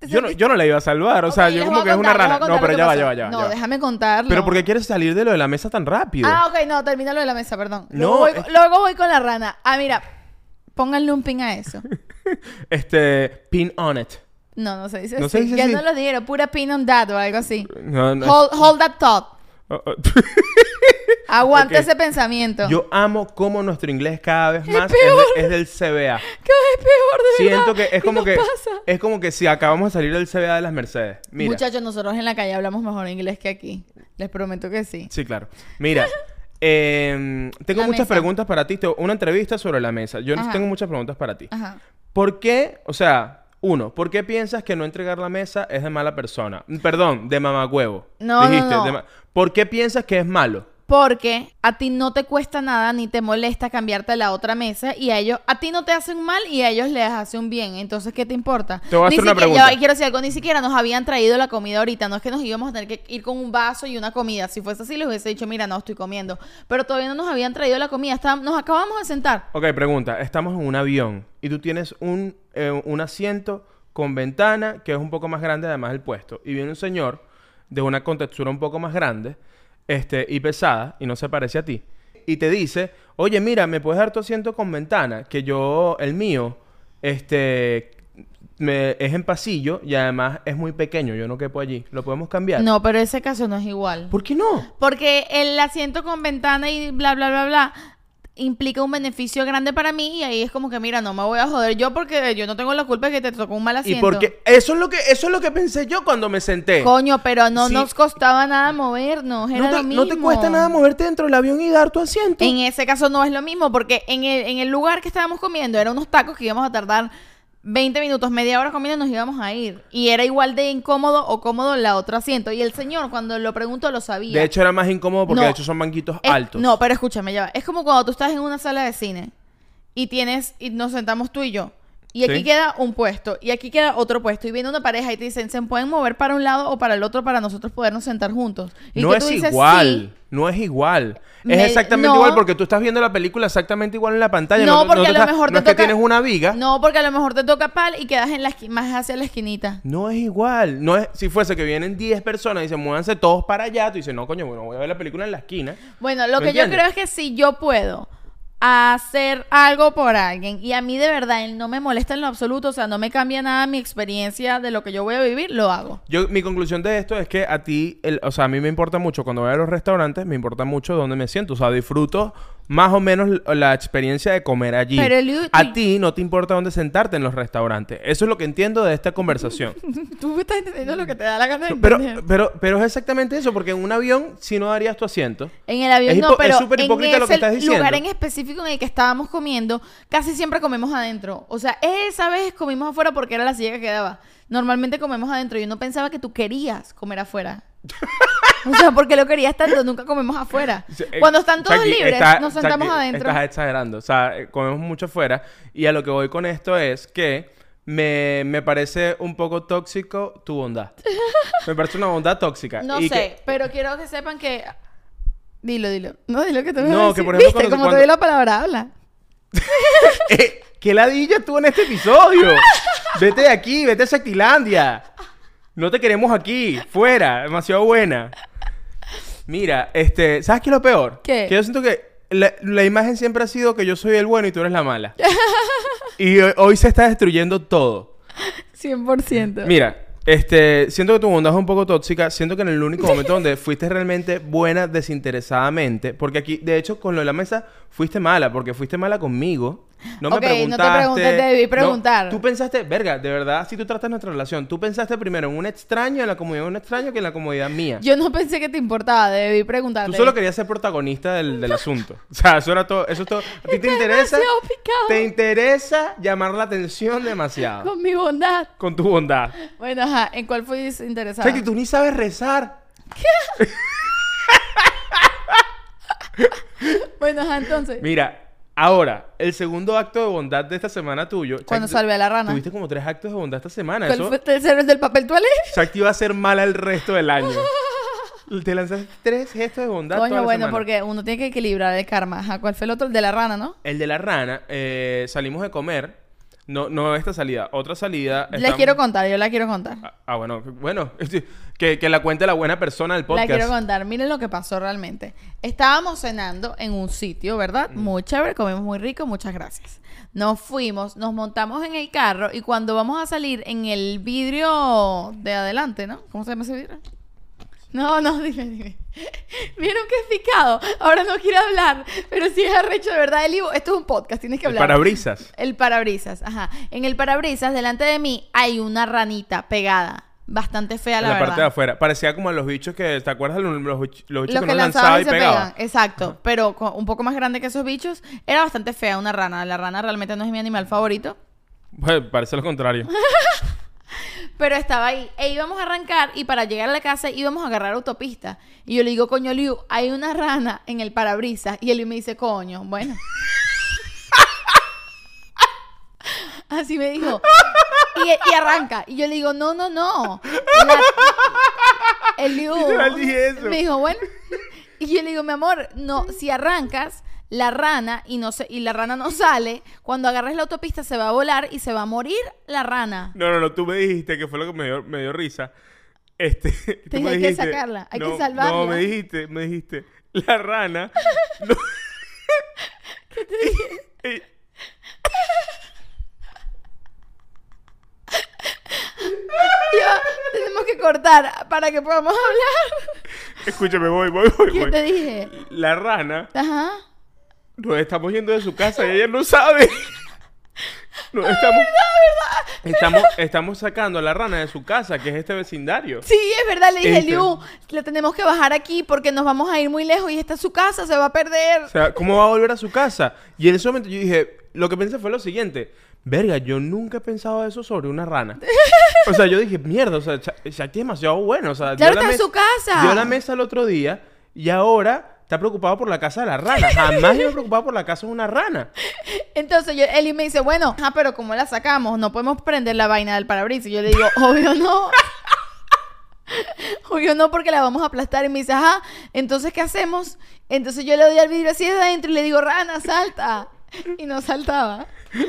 S1: yo no, yo no la iba a salvar. O sea,
S2: Ok,
S1: yo
S2: les
S1: como
S2: voy
S1: que
S2: a
S1: es una
S2: contar, les
S1: rana.
S2: voy a
S1: No,
S2: contar
S1: pero
S2: lo
S1: ya
S2: que
S1: va,
S2: pasó.
S1: ya va, ya va.
S2: No,
S1: ya va.
S2: déjame contarlo.
S1: Pero ¿por qué quieres salir de lo de la mesa tan rápido?
S2: Ah, ok, no, termina lo de la mesa, perdón. Luego,
S1: No,
S2: voy,
S1: es-
S2: luego voy con la rana. Ah, mira, pónganle un pin a eso.
S1: Este, pin on it.
S2: No, no se dice
S1: No
S2: así.
S1: se dice
S2: ya
S1: así.
S2: no lo dieron, pura pin on that o algo así.
S1: No, no.
S2: Hold, hold that thought.
S1: Oh, oh.
S2: Aguanta
S1: Ok.
S2: ese pensamiento.
S1: Yo amo cómo nuestro inglés cada vez más es,
S2: peor.
S1: de- es del CBA.
S2: Cada vez peor, de
S1: Siento
S2: verdad.
S1: que es
S2: ¿Qué
S1: como
S2: nos
S1: que
S2: pasa?
S1: es como que si acabamos de salir del CBA de las Mercedes. Mira.
S2: Muchachos, nosotros en la calle hablamos mejor inglés que aquí. Les prometo que sí.
S1: Sí, claro. Mira, em, tengo
S2: La
S1: muchas
S2: mesa.
S1: preguntas para ti. Te- Una entrevista sobre la mesa. Yo
S2: Ajá. Ah.
S1: tengo muchas preguntas para ti.
S2: Ajá.
S1: ¿Por qué? O sea, uno, ¿por qué piensas que no entregar la mesa es de mala persona? Mm, Perdón, de mamagüevo.
S2: No, no,
S1: Dijiste,
S2: no.
S1: de ma- ¿Por qué piensas que es malo?
S2: Porque a ti no te cuesta nada ni te molesta cambiarte a la otra mesa y a ellos, a ti no te hacen mal y a ellos les hace un bien. Entonces, ¿qué te importa?
S1: Te voy a
S2: Ni
S1: hacer una
S2: siquiera-
S1: pregunta.
S2: ya, y quiero decir algo, ni siquiera nos habían traído la comida ahorita, no es que nos íbamos a tener que ir con un vaso y una comida. Si fuese así, les hubiese dicho, mira, no estoy comiendo. Pero todavía no nos habían traído la comida, está- nos acabamos de sentar.
S1: Ok, pregunta. Estamos en un avión y tú tienes un, eh, un asiento con ventana que es un poco más grande además del puesto. Y viene un señor de una contextura un poco más grande este, y pesada y no se parece a ti. Y te dice, oye, mira, ¿me puedes dar tu asiento con ventana? Que yo, el mío, este, me- es en pasillo y además es muy pequeño. Yo no quepo allí. ¿Lo podemos cambiar?
S2: No, pero ese caso no es igual.
S1: ¿Por qué no?
S2: Porque el asiento con ventana y bla, bla, bla, bla implica un beneficio grande para mí y ahí es como que, mira, no me voy a joder yo porque yo no tengo la culpa de que te tocó un mal
S1: Y
S2: asiento.
S1: porque eso es lo que eso es lo que pensé yo cuando me senté.
S2: Coño, pero no
S1: Sí.
S2: nos costaba nada movernos, era
S1: No te,
S2: lo mismo.
S1: no te cuesta nada moverte dentro del avión y dar tu asiento.
S2: En ese caso no es lo mismo porque en el, en el lugar que estábamos comiendo eran unos tacos que íbamos a tardar 20 minutos, media hora comiendo y nos íbamos a ir. Y era igual de incómodo o cómodo la otro asiento. Y el señor cuando lo preguntó lo sabía.
S1: De hecho, era más incómodo porque
S2: No.
S1: de hecho son banquitos
S2: Es-
S1: altos.
S2: No, pero escúchame, ya va. Es como cuando tú estás en una sala de cine y tienes y nos sentamos tú y yo. Y aquí
S1: Sí.
S2: queda un puesto y aquí queda otro puesto y viene una pareja y te dicen, "Se pueden mover para un lado o para el otro para nosotros podernos sentar juntos." Y
S1: No
S2: que
S1: es
S2: tú dices,
S1: igual. No es igual.
S2: Me-
S1: es exactamente
S2: no.
S1: igual porque tú estás viendo la película exactamente igual en la
S2: "Sí".
S1: pantalla.
S2: No,
S1: te-
S2: porque
S1: te
S2: a lo
S1: estás-
S2: mejor
S1: no
S2: te
S1: es que
S2: toca
S1: tienes una viga. No.
S2: No, porque a lo mejor te toca pal y quedas en la esqui- más hacia la esquinita.
S1: es igual. No es, si fuese que vienen 10 personas y se muévanse todos para allá, tú dices, no, coño, bueno, voy a ver la película en la esquina.
S2: Bueno,
S1: ¿Me
S2: lo que yo
S1: entiendes?
S2: creo es que si yo puedo hacer algo por alguien y a mí de verdad él no me molesta en lo absoluto, o sea, no me cambia nada mi experiencia de lo que yo voy a vivir, lo hago.
S1: Yo, mi conclusión de esto es que a ti, el- o sea, a mí me importa mucho cuando voy a los restaurantes, me importa mucho dónde me siento. O sea, disfruto más o menos l- la experiencia de comer allí.
S2: Pero, Eliu, tú-
S1: a ti no te importa dónde sentarte en los restaurantes. Eso es lo que entiendo de esta conversación.
S2: Tú estás entendiendo lo que te da la gana de
S1: pero, eh,
S2: entender.
S1: pero, pero es exactamente eso, porque en un avión si no darías tu asiento.
S2: en el avión
S1: es hipo-
S2: no,
S1: es
S2: pero
S1: súper
S2: en
S1: hipócrita lo que
S2: ese
S1: estás diciendo.
S2: lugar en específico en el que estábamos comiendo, casi siempre comemos adentro. O sea, esa vez comimos afuera porque era la silla que quedaba. Normalmente comemos adentro. Yo no pensaba que tú querías comer afuera. o sea, porque lo querías tanto, nunca comemos afuera.
S1: Eh,
S2: Cuando están todos
S1: Shakti,
S2: libres,
S1: está-
S2: nos sentamos
S1: Shakti,
S2: adentro.
S1: Estás exagerando. O sea, eh, comemos mucho afuera. Y a lo que voy con esto es que me, me parece un poco tóxico tu bondad. me parece una bondad tóxica.
S2: No
S1: Y
S2: sé,
S1: que-
S2: pero quiero que sepan que. Dilo, dilo. No, dilo que te voy a
S1: No,
S2: decir.
S1: que por ejemplo,
S2: ¿Viste?
S1: cuando-
S2: Como
S1: cuando-
S2: te doy la palabra, habla.
S1: Eh, ¡Qué ladilla estuvo en este episodio! vete de aquí, vete a Shaktilandia. No te queremos aquí, fuera, demasiado buena. Mira, este, ¿sabes qué es lo peor?
S2: ¿Qué?
S1: Que yo siento que la, la imagen siempre ha sido que yo soy el bueno y tú eres la mala. y hoy, hoy se está destruyendo todo.
S2: 100%.
S1: Mira, Este, siento que tu bondad es un poco tóxica. Siento que en el único momento donde fuiste realmente buena desinteresadamente, porque aquí, de hecho, con lo de la mesa, fuiste mala, porque fuiste mala conmigo. No me
S2: Ok, no te
S1: preguntaste.
S2: pregunté, te debí
S1: no,
S2: preguntar.
S1: tú pensaste, verga, de verdad, si tú tratas nuestra relación, tú pensaste primero en un extraño, en la comodidad de un extraño, que en la comodidad mía.
S2: Yo no pensé que te importaba, debí preguntarte.
S1: Tú solo querías ser protagonista del, del asunto. O sea, eso era todo. Eso es todo. A ti te
S2: Está
S1: interesa.
S2: demasiado picado.
S1: Te interesa llamar la atención demasiado.
S2: Con mi bondad.
S1: Con tu bondad.
S2: Bueno, ajá, ¿en cuál fuiste interesada?
S1: Shakti, tú ni sabes rezar.
S2: Bueno, ajá, entonces.
S1: Mira, ahora, el segundo acto de bondad de esta semana tuyo.
S2: Cuando
S1: Shakti,
S2: salvé a la rana.
S1: Tuviste como tres actos de bondad esta semana.
S2: ¿Cuál
S1: Eso.
S2: fue el tercero del papel toalé?
S1: Shakti va a ser mala el resto del año. Te lanzaste tres gestos de bondad. toda
S2: Coño,
S1: la
S2: bueno,
S1: semana.
S2: porque uno tiene que equilibrar el karma. Ajá, ¿cuál fue el otro? El de la rana, ¿no?
S1: El de la rana, eh, salimos de comer. No, no esta salida, otra salida.
S2: Les
S1: estamos-
S2: quiero contar, yo la quiero contar.
S1: Ah, ah, bueno, bueno, que, que la cuente la buena persona del podcast.
S2: La quiero contar. Miren lo que pasó realmente. Estábamos cenando en un sitio, ¿verdad? Muy chévere, comimos muy rico, muchas gracias. Nos fuimos, nos montamos en el carro y cuando vamos a salir en el vidrio de adelante, ¿no? ¿Cómo se llama ese vidrio? No, no, dime, dime. Vieron que es picado. Ahora no quiere hablar, pero si es arrecho de verdad, el Ivo. Esto es un podcast, tienes que
S1: El
S2: hablar.
S1: parabrisas.
S2: El parabrisas, ajá. En el parabrisas, delante de mí, hay una ranita pegada. Bastante fea,
S1: en
S2: la,
S1: la
S2: verdad.
S1: parte de afuera. Parecía como a los bichos que. ¿Te acuerdas de los, los bichos que,
S2: Los
S1: uno lanzaba y pegaba?
S2: Exacto. Pero co- un poco más grande que esos bichos. Era bastante fea una rana. La rana realmente no es mi animal favorito.
S1: Pues, parece lo contrario.
S2: Pero estaba ahí. E íbamos a arrancar y para llegar a la casa íbamos a agarrar autopista. Y yo le digo, coño, Liu, hay una rana en el parabrisas. Y Liu me dice, coño, bueno. Así me dijo. Y, y arranca. Y yo le digo, no, no, no. La- el Liu
S1: Literal dije eso.
S2: me dijo, bueno. Y yo le digo, mi amor, no, si arrancas la rana y no se- y la rana no sale, cuando agarres la autopista se va a volar y se va a morir la rana.
S1: No, no, no, tú me dijiste que fue lo que me dio, me dio risa. Este, tú
S2: dije,
S1: me
S2: hay que sacarla, hay que
S1: no, No,
S2: salvarla.
S1: me dijiste, me dijiste, la rana. no- Y- y-
S2: Yo, tenemos que cortar para que podamos hablar.
S1: escúchame, voy, voy, voy.
S2: ¿Qué
S1: voy.
S2: te dije?
S1: La rana,
S2: Ajá.
S1: nos estamos yendo de su casa y ella no sabe. Nos estamos, estamos, estamos sacando a la rana de su casa, que es este vecindario.
S2: Sí, es verdad, le dije,
S1: Este.
S2: Liu, la tenemos que bajar aquí porque nos vamos a ir muy lejos y esta es su casa, se va a perder.
S1: O sea, ¿cómo va a volver a su casa? Y en ese momento yo dije, lo que pensé fue lo siguiente. Verga, yo nunca he pensado eso sobre una rana. O sea, yo dije, mierda, o sea, Sha- Shakti es demasiado bueno. O sea, dio la
S2: Claro, está en
S1: mes-
S2: su casa.
S1: Dio la mesa el otro día y ahora está preocupado por la casa de la rana. Jamás yo me he preocupado por la casa de una rana.
S2: Entonces yo, Eli me dice, bueno, ah, pero ¿cómo la sacamos? No podemos prender la vaina del parabrisas. Y yo le digo, obvio no. obvio no, porque la vamos a aplastar. Y me dice, ajá, entonces ¿qué hacemos? Entonces yo le doy al vidrio así de adentro y le digo, rana, salta. Y no saltaba.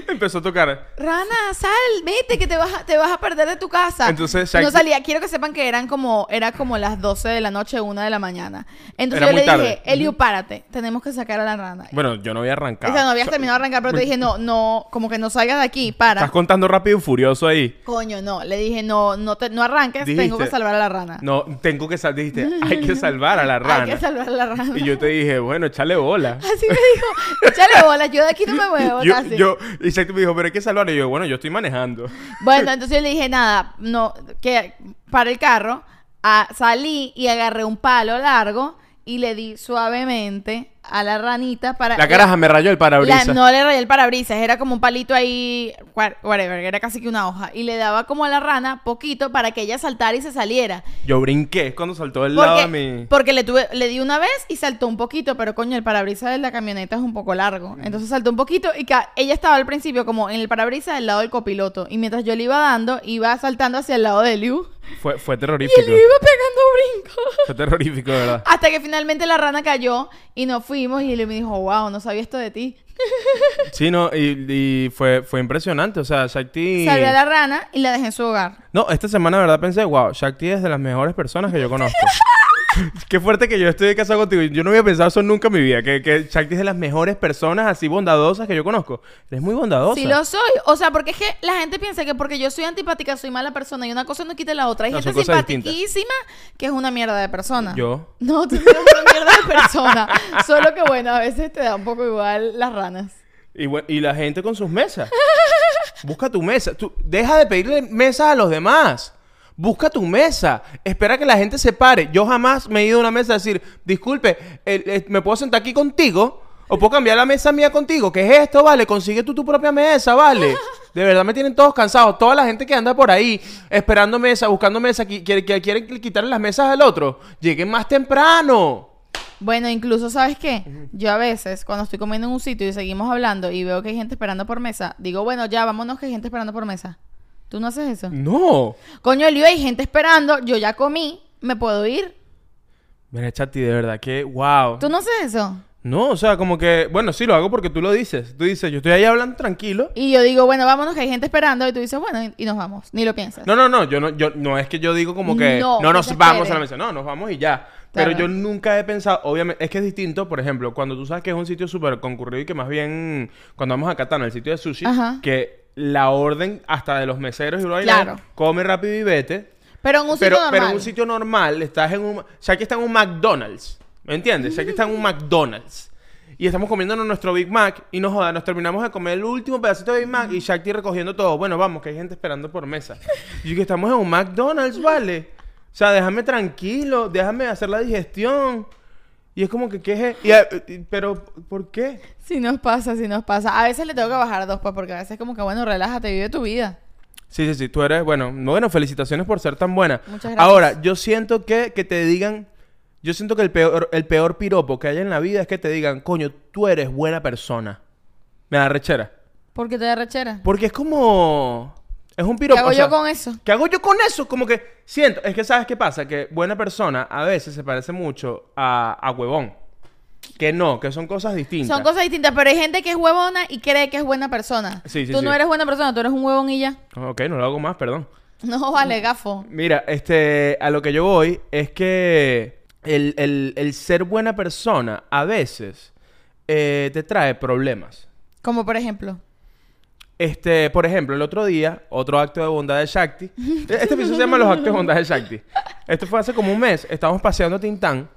S1: Empezó a tocar.
S2: Rana, sal, vete, que te vas a, te vas a perder de tu casa.
S1: Entonces,
S2: no
S1: Shakti-
S2: salía. Quiero que sepan que eran como, era como las 12 de la noche, 1 de la mañana. Entonces
S1: Era
S2: yo le
S1: muy tarde.
S2: dije, Eliu, párate, tenemos que sacar a la rana.
S1: Bueno, yo no había arrancado.
S2: O sea, no habías terminado de arrancar, pero te dije, no, no, como que no salgas de aquí, para.
S1: Estás contando rápido y furioso ahí.
S2: Coño, no. Le dije, no, no, te, no arranques,
S1: Dijiste-
S2: tengo que salvar a la rana.
S1: No, tengo que salvar. Dijiste, hay que salvar a la rana.
S2: Ah. Hay que salvar a la rana.
S1: Y yo te dije, bueno, échale bola.
S2: Así me dijo, échale bola, yo de aquí no me muevo.
S1: yo,
S2: casi.
S1: yo, y Shakti me dijo, pero hay que salvarlo. Y yo, bueno, yo estoy manejando.
S2: Bueno, entonces yo le dije, nada, no, que para el carro, a- salí y agarré un palo largo y le di suavemente a la ranita para...
S1: La caraja me rayó el parabrisas.
S2: Ah, la- no le rayé el parabrisas, era como un palito ahí, wha- whatever, era casi que una hoja. Y le daba como a la rana poquito para que ella saltara y se saliera.
S1: Yo brinqué es cuando saltó del lado de
S2: Porque,
S1: mi.
S2: porque le, tuve, le di una vez y saltó un poquito, pero coño, el parabrisas de la camioneta es un poco largo. Entonces saltó un poquito y ca- ella estaba al principio como en el parabrisas del lado del copiloto. Y mientras yo le iba dando, iba saltando hacia el lado de Liu.
S1: Fue, fue
S2: Y él
S1: terrorífico.
S2: iba pegando brincos.
S1: Fue terrorífico, de verdad.
S2: Hasta que finalmente la rana cayó y nos fuimos y Liu me dijo, wow, no sabía esto de ti.
S1: Sí, no, y, y fue, fue impresionante. O sea, Shakti.
S2: Salvé a la rana y la dejé en su hogar.
S1: No, esta semana, de verdad, pensé, wow, Shakti es de las mejores personas que yo conozco. Qué fuerte que yo estoy casado contigo. Yo no había pensado eso nunca en mi vida. Que, que Shakti es de las mejores personas así bondadosas que yo conozco. Eres muy bondadosa.
S2: Sí lo soy. O sea, porque es que la gente piensa que porque yo soy antipática soy mala persona y una cosa no quita la otra. Hay
S1: No,
S2: gente
S1: son cosas distintas.
S2: simpaticísima que es una mierda de persona.
S1: Yo.
S2: No, tú no eres una mierda de persona. Solo que bueno, a veces te da un poco igual las ranas.
S1: Y, bue- y la gente con sus mesas. Busca tu mesa. Tú, deja de pedirle mesas a los demás. Busca tu mesa. Espera que la gente se pare. Yo jamás me he ido a una mesa a decir, disculpe, el- el- ¿me puedo sentar aquí contigo? ¿O puedo cambiar la mesa mía contigo? ¿Qué es esto, vale? Consigue tú tu propia mesa, vale. De verdad me tienen todos cansados. Toda la gente que anda por ahí esperando mesa, buscando mesa, qui- quiere- que quieren quitarle las mesas al otro. Lleguen más temprano.
S2: Bueno, incluso, ¿sabes qué? Yo a veces, cuando estoy comiendo en un sitio y seguimos hablando y veo que hay gente esperando por mesa, digo, bueno, ya, vámonos que hay gente esperando por mesa. ¿Tú no haces
S1: Mm.
S2: eso?
S1: No.
S2: Coño, Elio, hay gente esperando, yo ya comí, me puedo ir.
S1: Mira, Chati, de verdad que, wow.
S2: ¿Tú no haces eso?
S1: No, o sea, como que, bueno, sí lo hago porque tú lo dices. Tú dices, yo estoy ahí hablando tranquilo.
S2: Y yo digo, bueno, vámonos que hay gente esperando y tú dices, bueno, y, y nos vamos, ni lo piensas.
S1: No, no, no, yo no, yo no es que yo digo como que no,
S2: No, que te
S1: nos vamos
S2: espere.
S1: a la mesa, no, nos vamos y ya.
S2: Claro.
S1: Pero yo nunca he pensado, obviamente, es que es distinto, por ejemplo, cuando tú sabes que es un sitio súper concurrido y que más bien cuando vamos a Katana, el sitio de sushi,
S2: Ajá.
S1: que la orden hasta de los meseros y bla, bla, bla,
S2: Claro.
S1: come rápido y vete.
S2: Pero en un sitio
S1: pero,
S2: normal.
S1: pero en un sitio normal, estás en un. Ya que está en un McDonald's. ¿Me entiendes? Ya que está en un McDonald's. Y estamos comiéndonos nuestro Big Mac y nos joda, nos terminamos de comer el último pedacito de Big Mac y Shakti recogiendo todo. Bueno, vamos, que hay gente esperando por mesa. Y que estamos en un McDonald's, ¿vale? O sea, déjame tranquilo, déjame hacer la digestión. Y es como que, ¿qué es? y, eh, y- pero, ¿por qué?
S2: Si nos pasa, si nos pasa. A veces le tengo que bajar dos, pues, porque a veces como que, bueno, relájate, vive tu vida.
S1: Sí, sí, sí, tú eres, bueno, no, bueno, felicitaciones por ser tan buena.
S2: Muchas gracias.
S1: Ahora, yo siento que, que te digan, yo siento que el peor, el peor piropo que haya en la vida es que te digan, coño, tú eres buena persona. Me da rechera.
S2: Porque te da rechera.
S1: Porque es como, es un
S2: ¿Qué
S1: piropo.
S2: hago
S1: o sea,
S2: yo con eso?
S1: ¿Qué hago yo con eso? Como que siento, es que sabes qué pasa, que buena persona a veces se parece mucho a, a huevón. Que no, que son cosas distintas.
S2: Son cosas distintas, pero hay gente que es huevona y cree que es buena persona.
S1: Sí, sí,
S2: tú
S1: sí.
S2: no eres buena persona, tú eres un huevón y ya.
S1: Ok, no lo hago más, perdón.
S2: No vale, gafo.
S1: Mira, este, a lo que yo voy es que el, el- el ser buena persona a veces eh, te trae problemas.
S2: Como por ejemplo.
S1: Este, por ejemplo, el otro día, otro acto de bondad de Shakti. Este episodio se llama Los actos de bondad de Shakti. Esto fue hace como un mes. Estábamos paseando a Tintán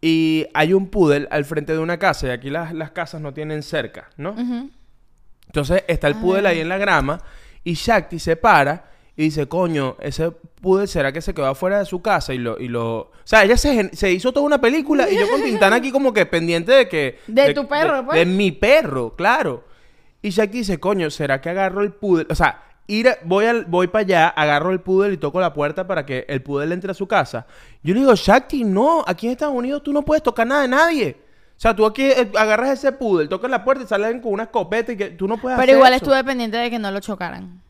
S1: y hay un poodle al frente de una casa. Y aquí las, las casas no tienen cerca, ¿no?
S2: Ujú.
S1: Entonces está el poodle ahí en la grama y Shakti se para y dice, coño, ese poodle será que se quedó afuera de su casa y lo... Y lo... O sea, ella se, gen- se hizo toda una película y yo con Tintán aquí como que pendiente de que...
S2: De tu perro,
S1: de-
S2: pues.
S1: De mi perro, claro. Y Shakti dice, coño, ¿será que agarro el poodle? O sea, ir a- voy, al, voy para allá, agarro el poodle y toco la puerta para que el poodle entre a su casa. Yo le digo, Shakti, no, aquí en Estados Unidos tú no puedes tocar nada de nadie. O sea, tú aquí eh, agarras ese poodle, tocas la puerta y salen con una escopeta y que tú no puedes
S2: Pero
S1: hacer
S2: igual
S1: eso.
S2: estuve pendiente de que no lo chocaran.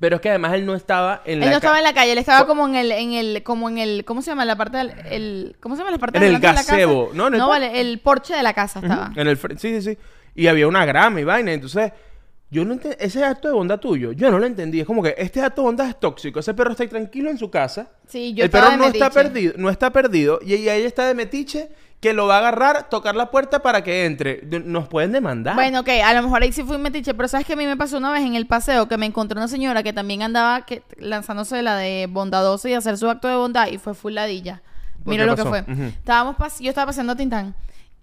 S1: Pero es que además él no estaba en la
S2: Él no
S1: ca-
S2: estaba en la calle, él estaba como en el, en el, como en el, ¿cómo se llama? La parte del, el, ¿cómo se llama la parte
S1: En
S2: de
S1: el
S2: adelante de la
S1: gazebo.
S2: casa?
S1: No, en el
S2: no
S1: por-
S2: vale, el porche de la casa estaba.
S1: En el fr- sí, sí, sí. Y había una grama y vaina. Entonces, yo no enten- ese acto de bondad tuyo, yo no lo entendí. Es como que este acto de bondad es tóxico. Ese perro está ahí tranquilo en su casa.
S2: Sí, yo
S1: El perro
S2: estaba de
S1: no está
S2: metiche.
S1: perdido, no está perdido. Y ella ella está de metiche que lo va a agarrar, tocar la puerta para que entre. De- Nos pueden demandar.
S2: Bueno, ok, a lo mejor ahí sí fui metiche, pero sabes que a mí me pasó una vez en el paseo que me encontré una señora que también andaba que, lanzándose la de bondadosa y hacer su acto de bondad y fue fulladilla.
S1: ¿Por
S2: Mira
S1: Pues, qué
S2: lo que
S1: pasó?
S2: fue.
S1: Ujú.
S2: Estábamos pas- yo estaba paseando a Tintán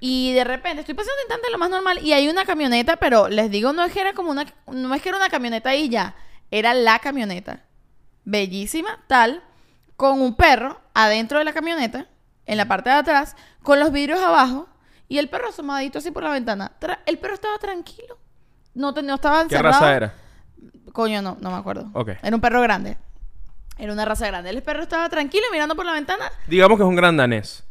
S2: y de repente estoy paseando a Tintán de lo más normal y hay una camioneta, pero les digo, no es que era como una no es que era una camioneta y ya, era la camioneta. Bellísima, tal, con un perro adentro de la camioneta, en la parte de atrás, con los vidrios abajo y el perro asomadito así por la ventana. Tra- el perro estaba tranquilo. No, te- no estaba
S1: ¿Qué
S2: encerrado.
S1: raza era?
S2: Coño, no, no me acuerdo.
S1: Ok.
S2: Era un perro grande. Era una raza grande. El perro estaba tranquilo mirando por la ventana.
S1: Digamos que es un gran danés.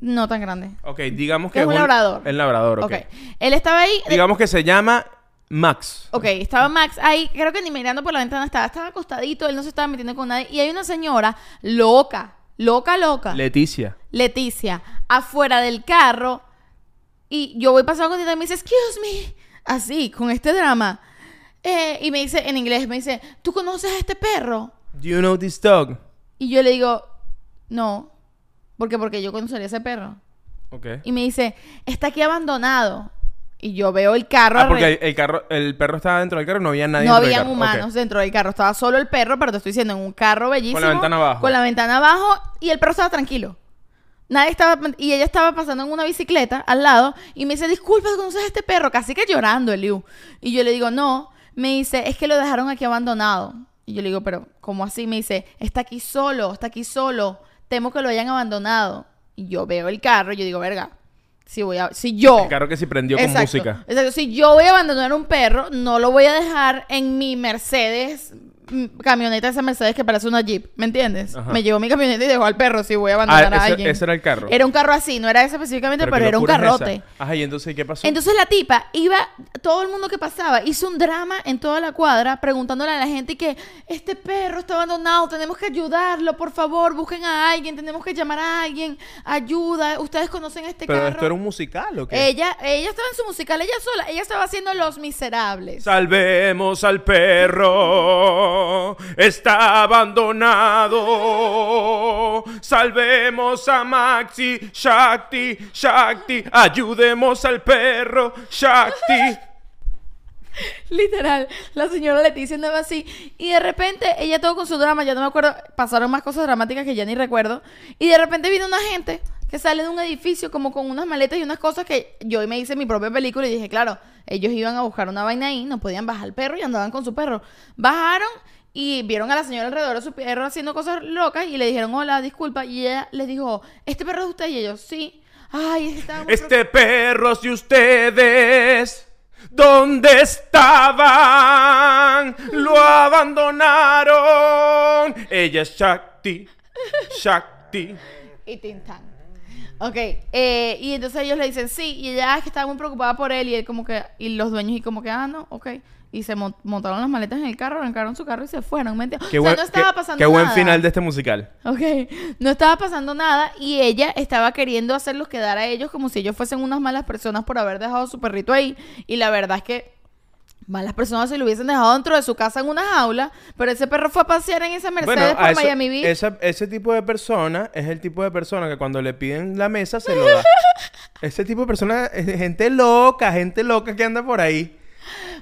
S2: No tan grande.
S1: Ok, digamos que
S2: Es un labrador.
S1: El labrador, ok.
S2: ok. Él estaba ahí. de-
S1: Digamos que se llama Max.
S2: Ok, estaba Max ahí, creo que ni mirando por la ventana estaba, estaba acostadito, él no se estaba metiendo con nadie. Y hay una señora loca, loca, loca,
S1: Leticia.
S2: Leticia, afuera del carro. Y yo voy pasando con ella y me dice, excuse me, así, con este drama. Eh, y me dice, en inglés, me dice, ¿tú conoces a este perro?
S1: Do you know this dog?
S2: Y yo le digo, no. Porque, porque yo conocería ese perro.
S1: Ok. Ah,
S2: Y me dice, está aquí abandonado. Y yo veo el carro.
S1: Ah, porque
S2: alre-
S1: el- el carro, el perro estaba dentro del carro y no había nadie
S2: no
S1: dentro del
S2: habían
S1: carro. Ok.
S2: humanos dentro del carro. Estaba solo el perro, pero te estoy diciendo, en un carro bellísimo.
S1: ventana abajo.
S2: Con la ventana abajo y el perro estaba tranquilo. Nadie estaba... Y ella estaba pasando en una bicicleta al lado y me dice, disculpa, ¿conoces a este perro? Casi que llorando, Eliu. Y yo le digo, no. Me dice, es que lo dejaron aquí abandonado. Y yo le digo, pero ¿cómo así? Me dice, está aquí solo, está aquí solo. Temo que lo hayan abandonado. Y yo veo el carro y yo digo, verga, si voy a... Si yo...
S1: El carro que se prendió con
S2: Exacto,
S1: música.
S2: exacto. Si yo voy a abandonar un perro, no lo voy a dejar en mi Mercedes, mm, camioneta esa Mercedes que parece una Jeep, ¿me entiendes?
S1: Ajá.
S2: Me llevó mi camioneta y dejó al perro si voy a abandonar
S1: Ah,
S2: a
S1: ese-
S2: alguien.
S1: ese era el carro.
S2: Era un carro así, no era ese específicamente, pero,
S1: qué
S2: era un
S1: locura es esa.
S2: carrote.
S1: Ajá, y entonces, ¿qué pasó?
S2: Entonces la tipa iba, todo el mundo que pasaba, hizo un drama en toda la cuadra preguntándole a la gente que este perro está abandonado, tenemos que ayudarlo, por favor, busquen a alguien, tenemos que llamar a alguien, ayuda, ustedes conocen este
S1: pero
S2: carro. Eh,
S1: esto era un musical o qué?
S2: Ella, ella estaba en su musical, ella sola, ella estaba haciendo Los Miserables.
S1: Salvemos al perro, está abandonado. Salvemos a Maxi, Shakti, Shakti, ayudemos al perro, Shakti.
S2: Literal, la señora Leticia andaba así. Y de repente, ella todo con su drama, ya no me acuerdo, pasaron más cosas dramáticas que ya ni recuerdo. Y de repente vino una gente que sale de un edificio como con unas maletas y unas cosas que yo me hice mi propia película y dije, claro, ellos iban a buscar una vaina ahí, no podían bajar el perro y andaban con su perro. Bajaron y vieron a la señora alrededor de su perro haciendo cosas locas y le dijeron, hola, disculpa. Y ella les dijo, ¿este perro es de usted? Y ellos, sí. Ay, es que estábamos preocupados".
S1: Este perro es de ustedes. ¿Dónde estaban? Lo abandonaron. Ella es Shakti, Shakti.
S2: y Tintán. Ok, eh, y entonces ellos le dicen sí, y ella "Ah, es que estaba muy preocupada por él, y él como que, y los dueños, y como que, ah, no, ok. Y se mon- montaron las maletas en el carro, arrancaron su carro y se fueron, ¿me entiendes? o sea, no estaba pasando
S1: qué buen
S2: nada.
S1: final de este musical.
S2: Ok, no estaba pasando nada y ella estaba queriendo hacerlos quedar a ellos como si ellos fuesen unas malas personas por haber dejado su perrito ahí. Y la verdad es que malas personas se lo hubiesen dejado dentro de su casa en una jaula, pero ese perro fue a pasear en esa Mercedes por
S1: a eso-
S2: Miami Beach.
S1: esa- ese tipo de persona es el tipo de persona que cuando le piden la mesa se lo da. ese tipo de persona es gente loca, gente loca que anda por ahí.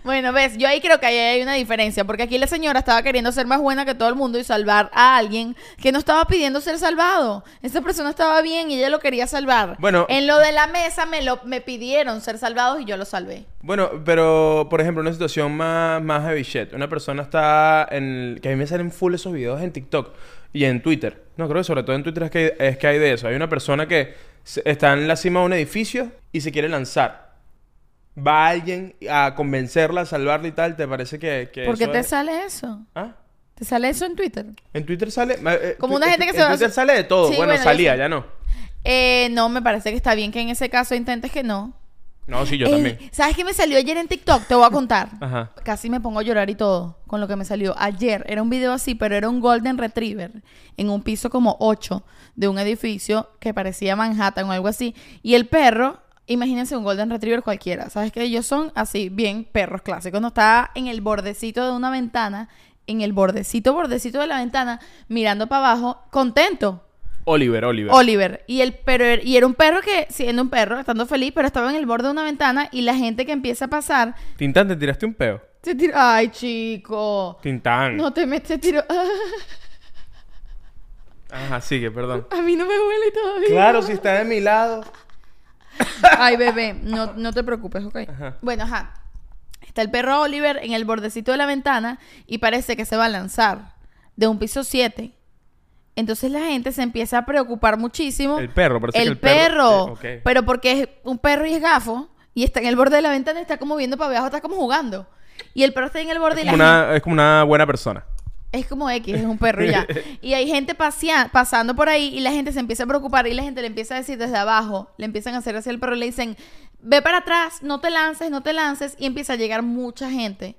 S2: Bueno, ves, yo ahí creo que ahí hay una diferencia, porque aquí la señora estaba queriendo ser más buena que todo el mundo y salvar a alguien que no estaba pidiendo ser salvado. Esa persona estaba bien y ella lo quería salvar.
S1: Bueno.
S2: en lo de la mesa me lo me pidieron ser salvados y yo lo salvé.
S1: Bueno, pero por ejemplo, una situación más, más heavy shit. Una persona está en. Que a mí me salen full esos videos en TikTok y en Twitter. No, creo que sobre todo en Twitter es que, es que hay de eso. Hay una persona que se- está en la cima de un edificio y se quiere lanzar. Va alguien a convencerla, a salvarla y tal. ¿Te parece que.? que
S2: ¿Por
S1: Eh,
S2: qué
S1: eso
S2: te
S1: es-
S2: sale eso?
S1: ¿Ah?
S2: ¿Te sale eso en Twitter?
S1: En Twitter sale. eh, eh,
S2: Como
S1: tu-
S2: una
S1: en
S2: gente
S1: tu-
S2: que se
S1: En
S2: va-
S1: Twitter sale de todo.
S2: Sí,
S1: bueno,
S2: bueno, yo
S1: salía,
S2: sí.
S1: ya no.
S2: Eh, no, me parece que está bien que en ese caso intentes que no.
S1: No, sí, yo
S2: Ey,
S1: también.
S2: ¿Sabes qué me salió ayer en TikTok? Te voy a contar.
S1: Ajá.
S2: Casi me pongo a llorar y todo con lo que me salió ayer. Era un video así, pero era un Golden Retriever en un piso como 8 de un edificio que parecía Manhattan o algo así. Y el perro, imagínense un Golden Retriever cualquiera. ¿Sabes que Ellos son así, bien perros clásicos. No estaba en el bordecito de una ventana, en el bordecito, bordecito de la ventana, mirando para abajo, contento.
S1: Oliver, Oliver.
S2: Oliver. Y, el, pero, er- y era un perro que, siendo un perro, estando feliz, pero estaba en el borde de una ventana y la gente que empieza a pasar
S1: Tintán, te tiraste un peo.
S2: se tiró. ¡Ay, chico!
S1: Tintán.
S2: No te metes, se tiró.
S1: Ajá, sigue, perdón.
S2: a mí no me huele todavía.
S1: Claro, si está de mi lado.
S2: Ay, bebé, no, no te preocupes, ok.
S1: Ajá.
S2: Bueno, ajá. Está el perro Oliver en el bordecito de la ventana y parece que se va a lanzar de un piso 7. Entonces la gente se empieza a preocupar muchísimo.
S1: El perro, parece
S2: el
S1: que el
S2: perro.
S1: perro- sí, ok.
S2: Pero porque es un perro y es gafo y está en el borde de la ventana, está como viendo para abajo, está como jugando. Y el perro está en el borde y la
S1: Como
S2: gente-
S1: una- es como una buena persona.
S2: Es como X, es un perro y ya. Y hay gente pasea- pasando por ahí y la gente se empieza a preocupar y la gente le empieza a decir desde abajo, le empiezan a hacer hacia el perro y le dicen, ve para atrás, no te lances, no te lances. Y empieza a llegar mucha gente.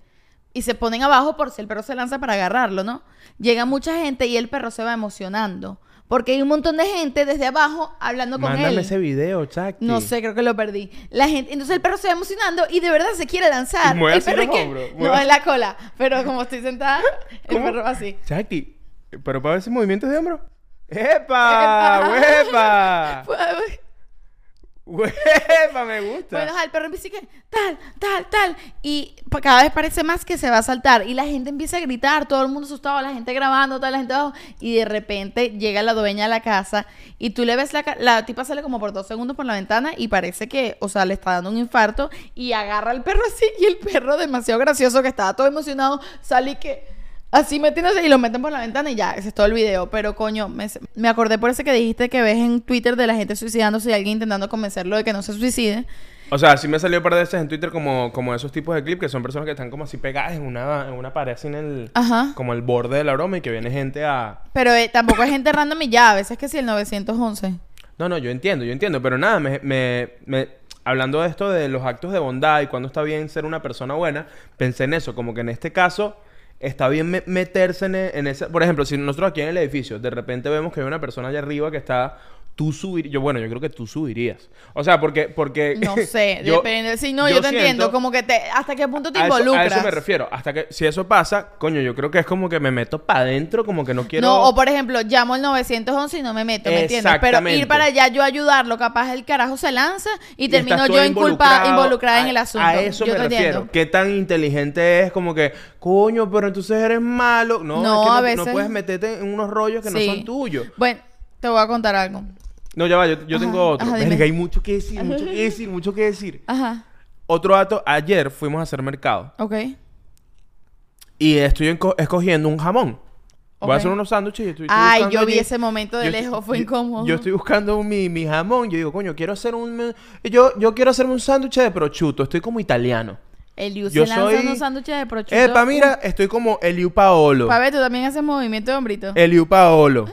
S2: Y se ponen abajo por si el perro se lanza para agarrarlo, ¿no? Llega mucha gente y el perro se va emocionando. Porque hay un montón de gente desde abajo hablando con
S1: Mándame
S2: él.
S1: ese video, Chakti.
S2: No sé, creo que lo perdí. La gente, entonces el perro se va emocionando y de verdad se quiere lanzar.
S1: Y mueve
S2: el
S1: así
S2: perro
S1: los
S2: es que-
S1: hombros, mueve
S2: no
S1: así.
S2: en la cola, pero como estoy sentada, el
S1: ¿Cómo?
S2: perro va así.
S1: Chakti, ¿pero para ver ese movimiento de hombro? ¡Epa!
S2: Epa.
S1: ¡Huepa!
S2: Fue-
S1: ¡Huepa! Me gusta.
S2: Bueno, ajá, el perro empieza y que tal, tal, tal. Y pa- cada vez parece más que se va a saltar. Y la gente empieza a gritar, todo el mundo asustado, la gente grabando, toda la gente abajo. Y de repente llega la dueña de la casa y tú le ves la ca- La tipa sale como por dos segundos por la ventana y parece que, o sea, le está dando un infarto. Y agarra al perro así. Y el perro, demasiado gracioso, que estaba todo emocionado, sale y que. Así metiéndose y lo meten por la ventana y ya, ese es todo el video. Pero coño, me, me acordé por ese que dijiste que ves en Twitter de la gente suicidándose y alguien intentando convencerlo de que no se suicide.
S1: O sea, sí me salió un par de veces en Twitter como, como esos tipos de clips que son personas que están como así pegadas en una, en una pared sin el...
S2: Ajá.
S1: Como el borde de la broma y que viene gente a...
S2: Pero eh, tampoco es gente random y ya, a veces que sí, el 911.
S1: No, no, yo entiendo, yo entiendo, pero nada, me, me, me- hablando de esto de los actos de bondad y cuando está bien ser una persona buena, pensé en eso, como que en este caso está bien me- meterse en, e- en ese... Por ejemplo, si nosotros aquí en el edificio de repente vemos que hay una persona allá arriba que está... Tú subir, yo bueno, yo creo que tú subirías. O sea, porque porque
S2: No sé,
S1: yo-
S2: depende. Sí, no, yo, te entiendo.
S1: siento-
S2: Como que te, hasta qué punto te
S1: a eso-
S2: involucras.
S1: A eso, me refiero. Hasta que si eso pasa, coño, yo creo que es como que me meto para adentro, como que no quiero.
S2: No, o por ejemplo, llamo al 911 y no me meto, ¿me entiendes? Pero ir
S1: Exactamente.
S2: para allá, yo ayudarlo, capaz el carajo se lanza y,
S1: Y
S2: termino
S1: estás tú
S2: yo inculpa,
S1: involucrado.
S2: involucrada en
S1: A-
S2: el asunto.
S1: A eso
S2: yo
S1: me
S2: te
S1: refiero.
S2: entiendo.
S1: Qué tan inteligente es, como que, coño, pero entonces eres malo. No, es
S2: No,
S1: que
S2: a
S1: no,
S2: veces-
S1: no puedes meterte en unos rollos que
S2: Sí.
S1: no son tuyos.
S2: Bueno, te voy a contar algo.
S1: No, ya va, yo, yo
S2: Ajá,
S1: tengo otro.
S2: ajá, dime.
S1: Verga, hay mucho que decir, mucho que decir, mucho que decir.
S2: Ajá,
S1: Otro dato, ayer fuimos a hacer mercado
S2: ok.
S1: y estoy enco- escogiendo un jamón. Voy
S2: Ok.
S1: a hacer unos sándwiches y estoy, estoy
S2: Ay,
S1: buscando
S2: yo vi
S1: allí.
S2: ese momento de
S1: Yo estoy-
S2: lejos, fue
S1: yo-
S2: incómodo.
S1: Yo estoy buscando un- mi, mi jamón. Yo digo, coño, quiero hacer un. Yo, yo quiero hacerme un sándwich de prochuto. Estoy como italiano.
S2: Eliu se
S1: Yo
S2: lanza
S1: soy.
S2: unos sándwiches de prochuto.
S1: Epa, mira, estoy como Eliu Paolo.
S2: uh. Pa' ver, tú también haces movimiento de hombrito.
S1: Eliu Paolo.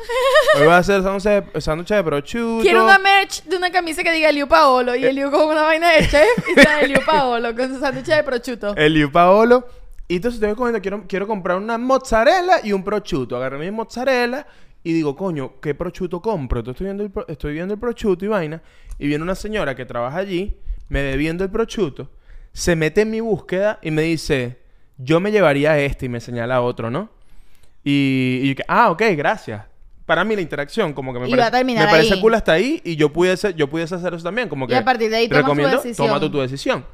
S1: Hoy voy a hacer sándwiches de, sándwiches de prochuto.
S2: Quiero una merch de una camisa que diga Eliu Paolo
S1: Eh.
S2: y Eliu con una vaina de chef y está Eliu Paolo con su sándwich de prochuto.
S1: Eliu Paolo. Y entonces estoy comiendo, quiero, quiero comprar una mozzarella y un prochuto. Agarré mi mozzarella y digo, coño, ¿qué prochuto compro? Entonces estoy viendo el, pro- estoy viendo el prochuto y vaina. Y viene una señora que trabaja allí, me debiendo el prochuto, se mete en mi búsqueda y me dice, yo me llevaría este y me señala otro, ¿no? Y, y yo que, ah, ok, gracias. Para mí la interacción, como que me,
S2: Y va a terminar
S1: me parece
S2: ahí.
S1: cool hasta ahí y yo pudiese, yo pudiese hacer eso también. Como
S2: Y
S1: que
S2: a partir de ahí tomas tu
S1: recomiendo,
S2: decisión.
S1: toma tú tu decisión.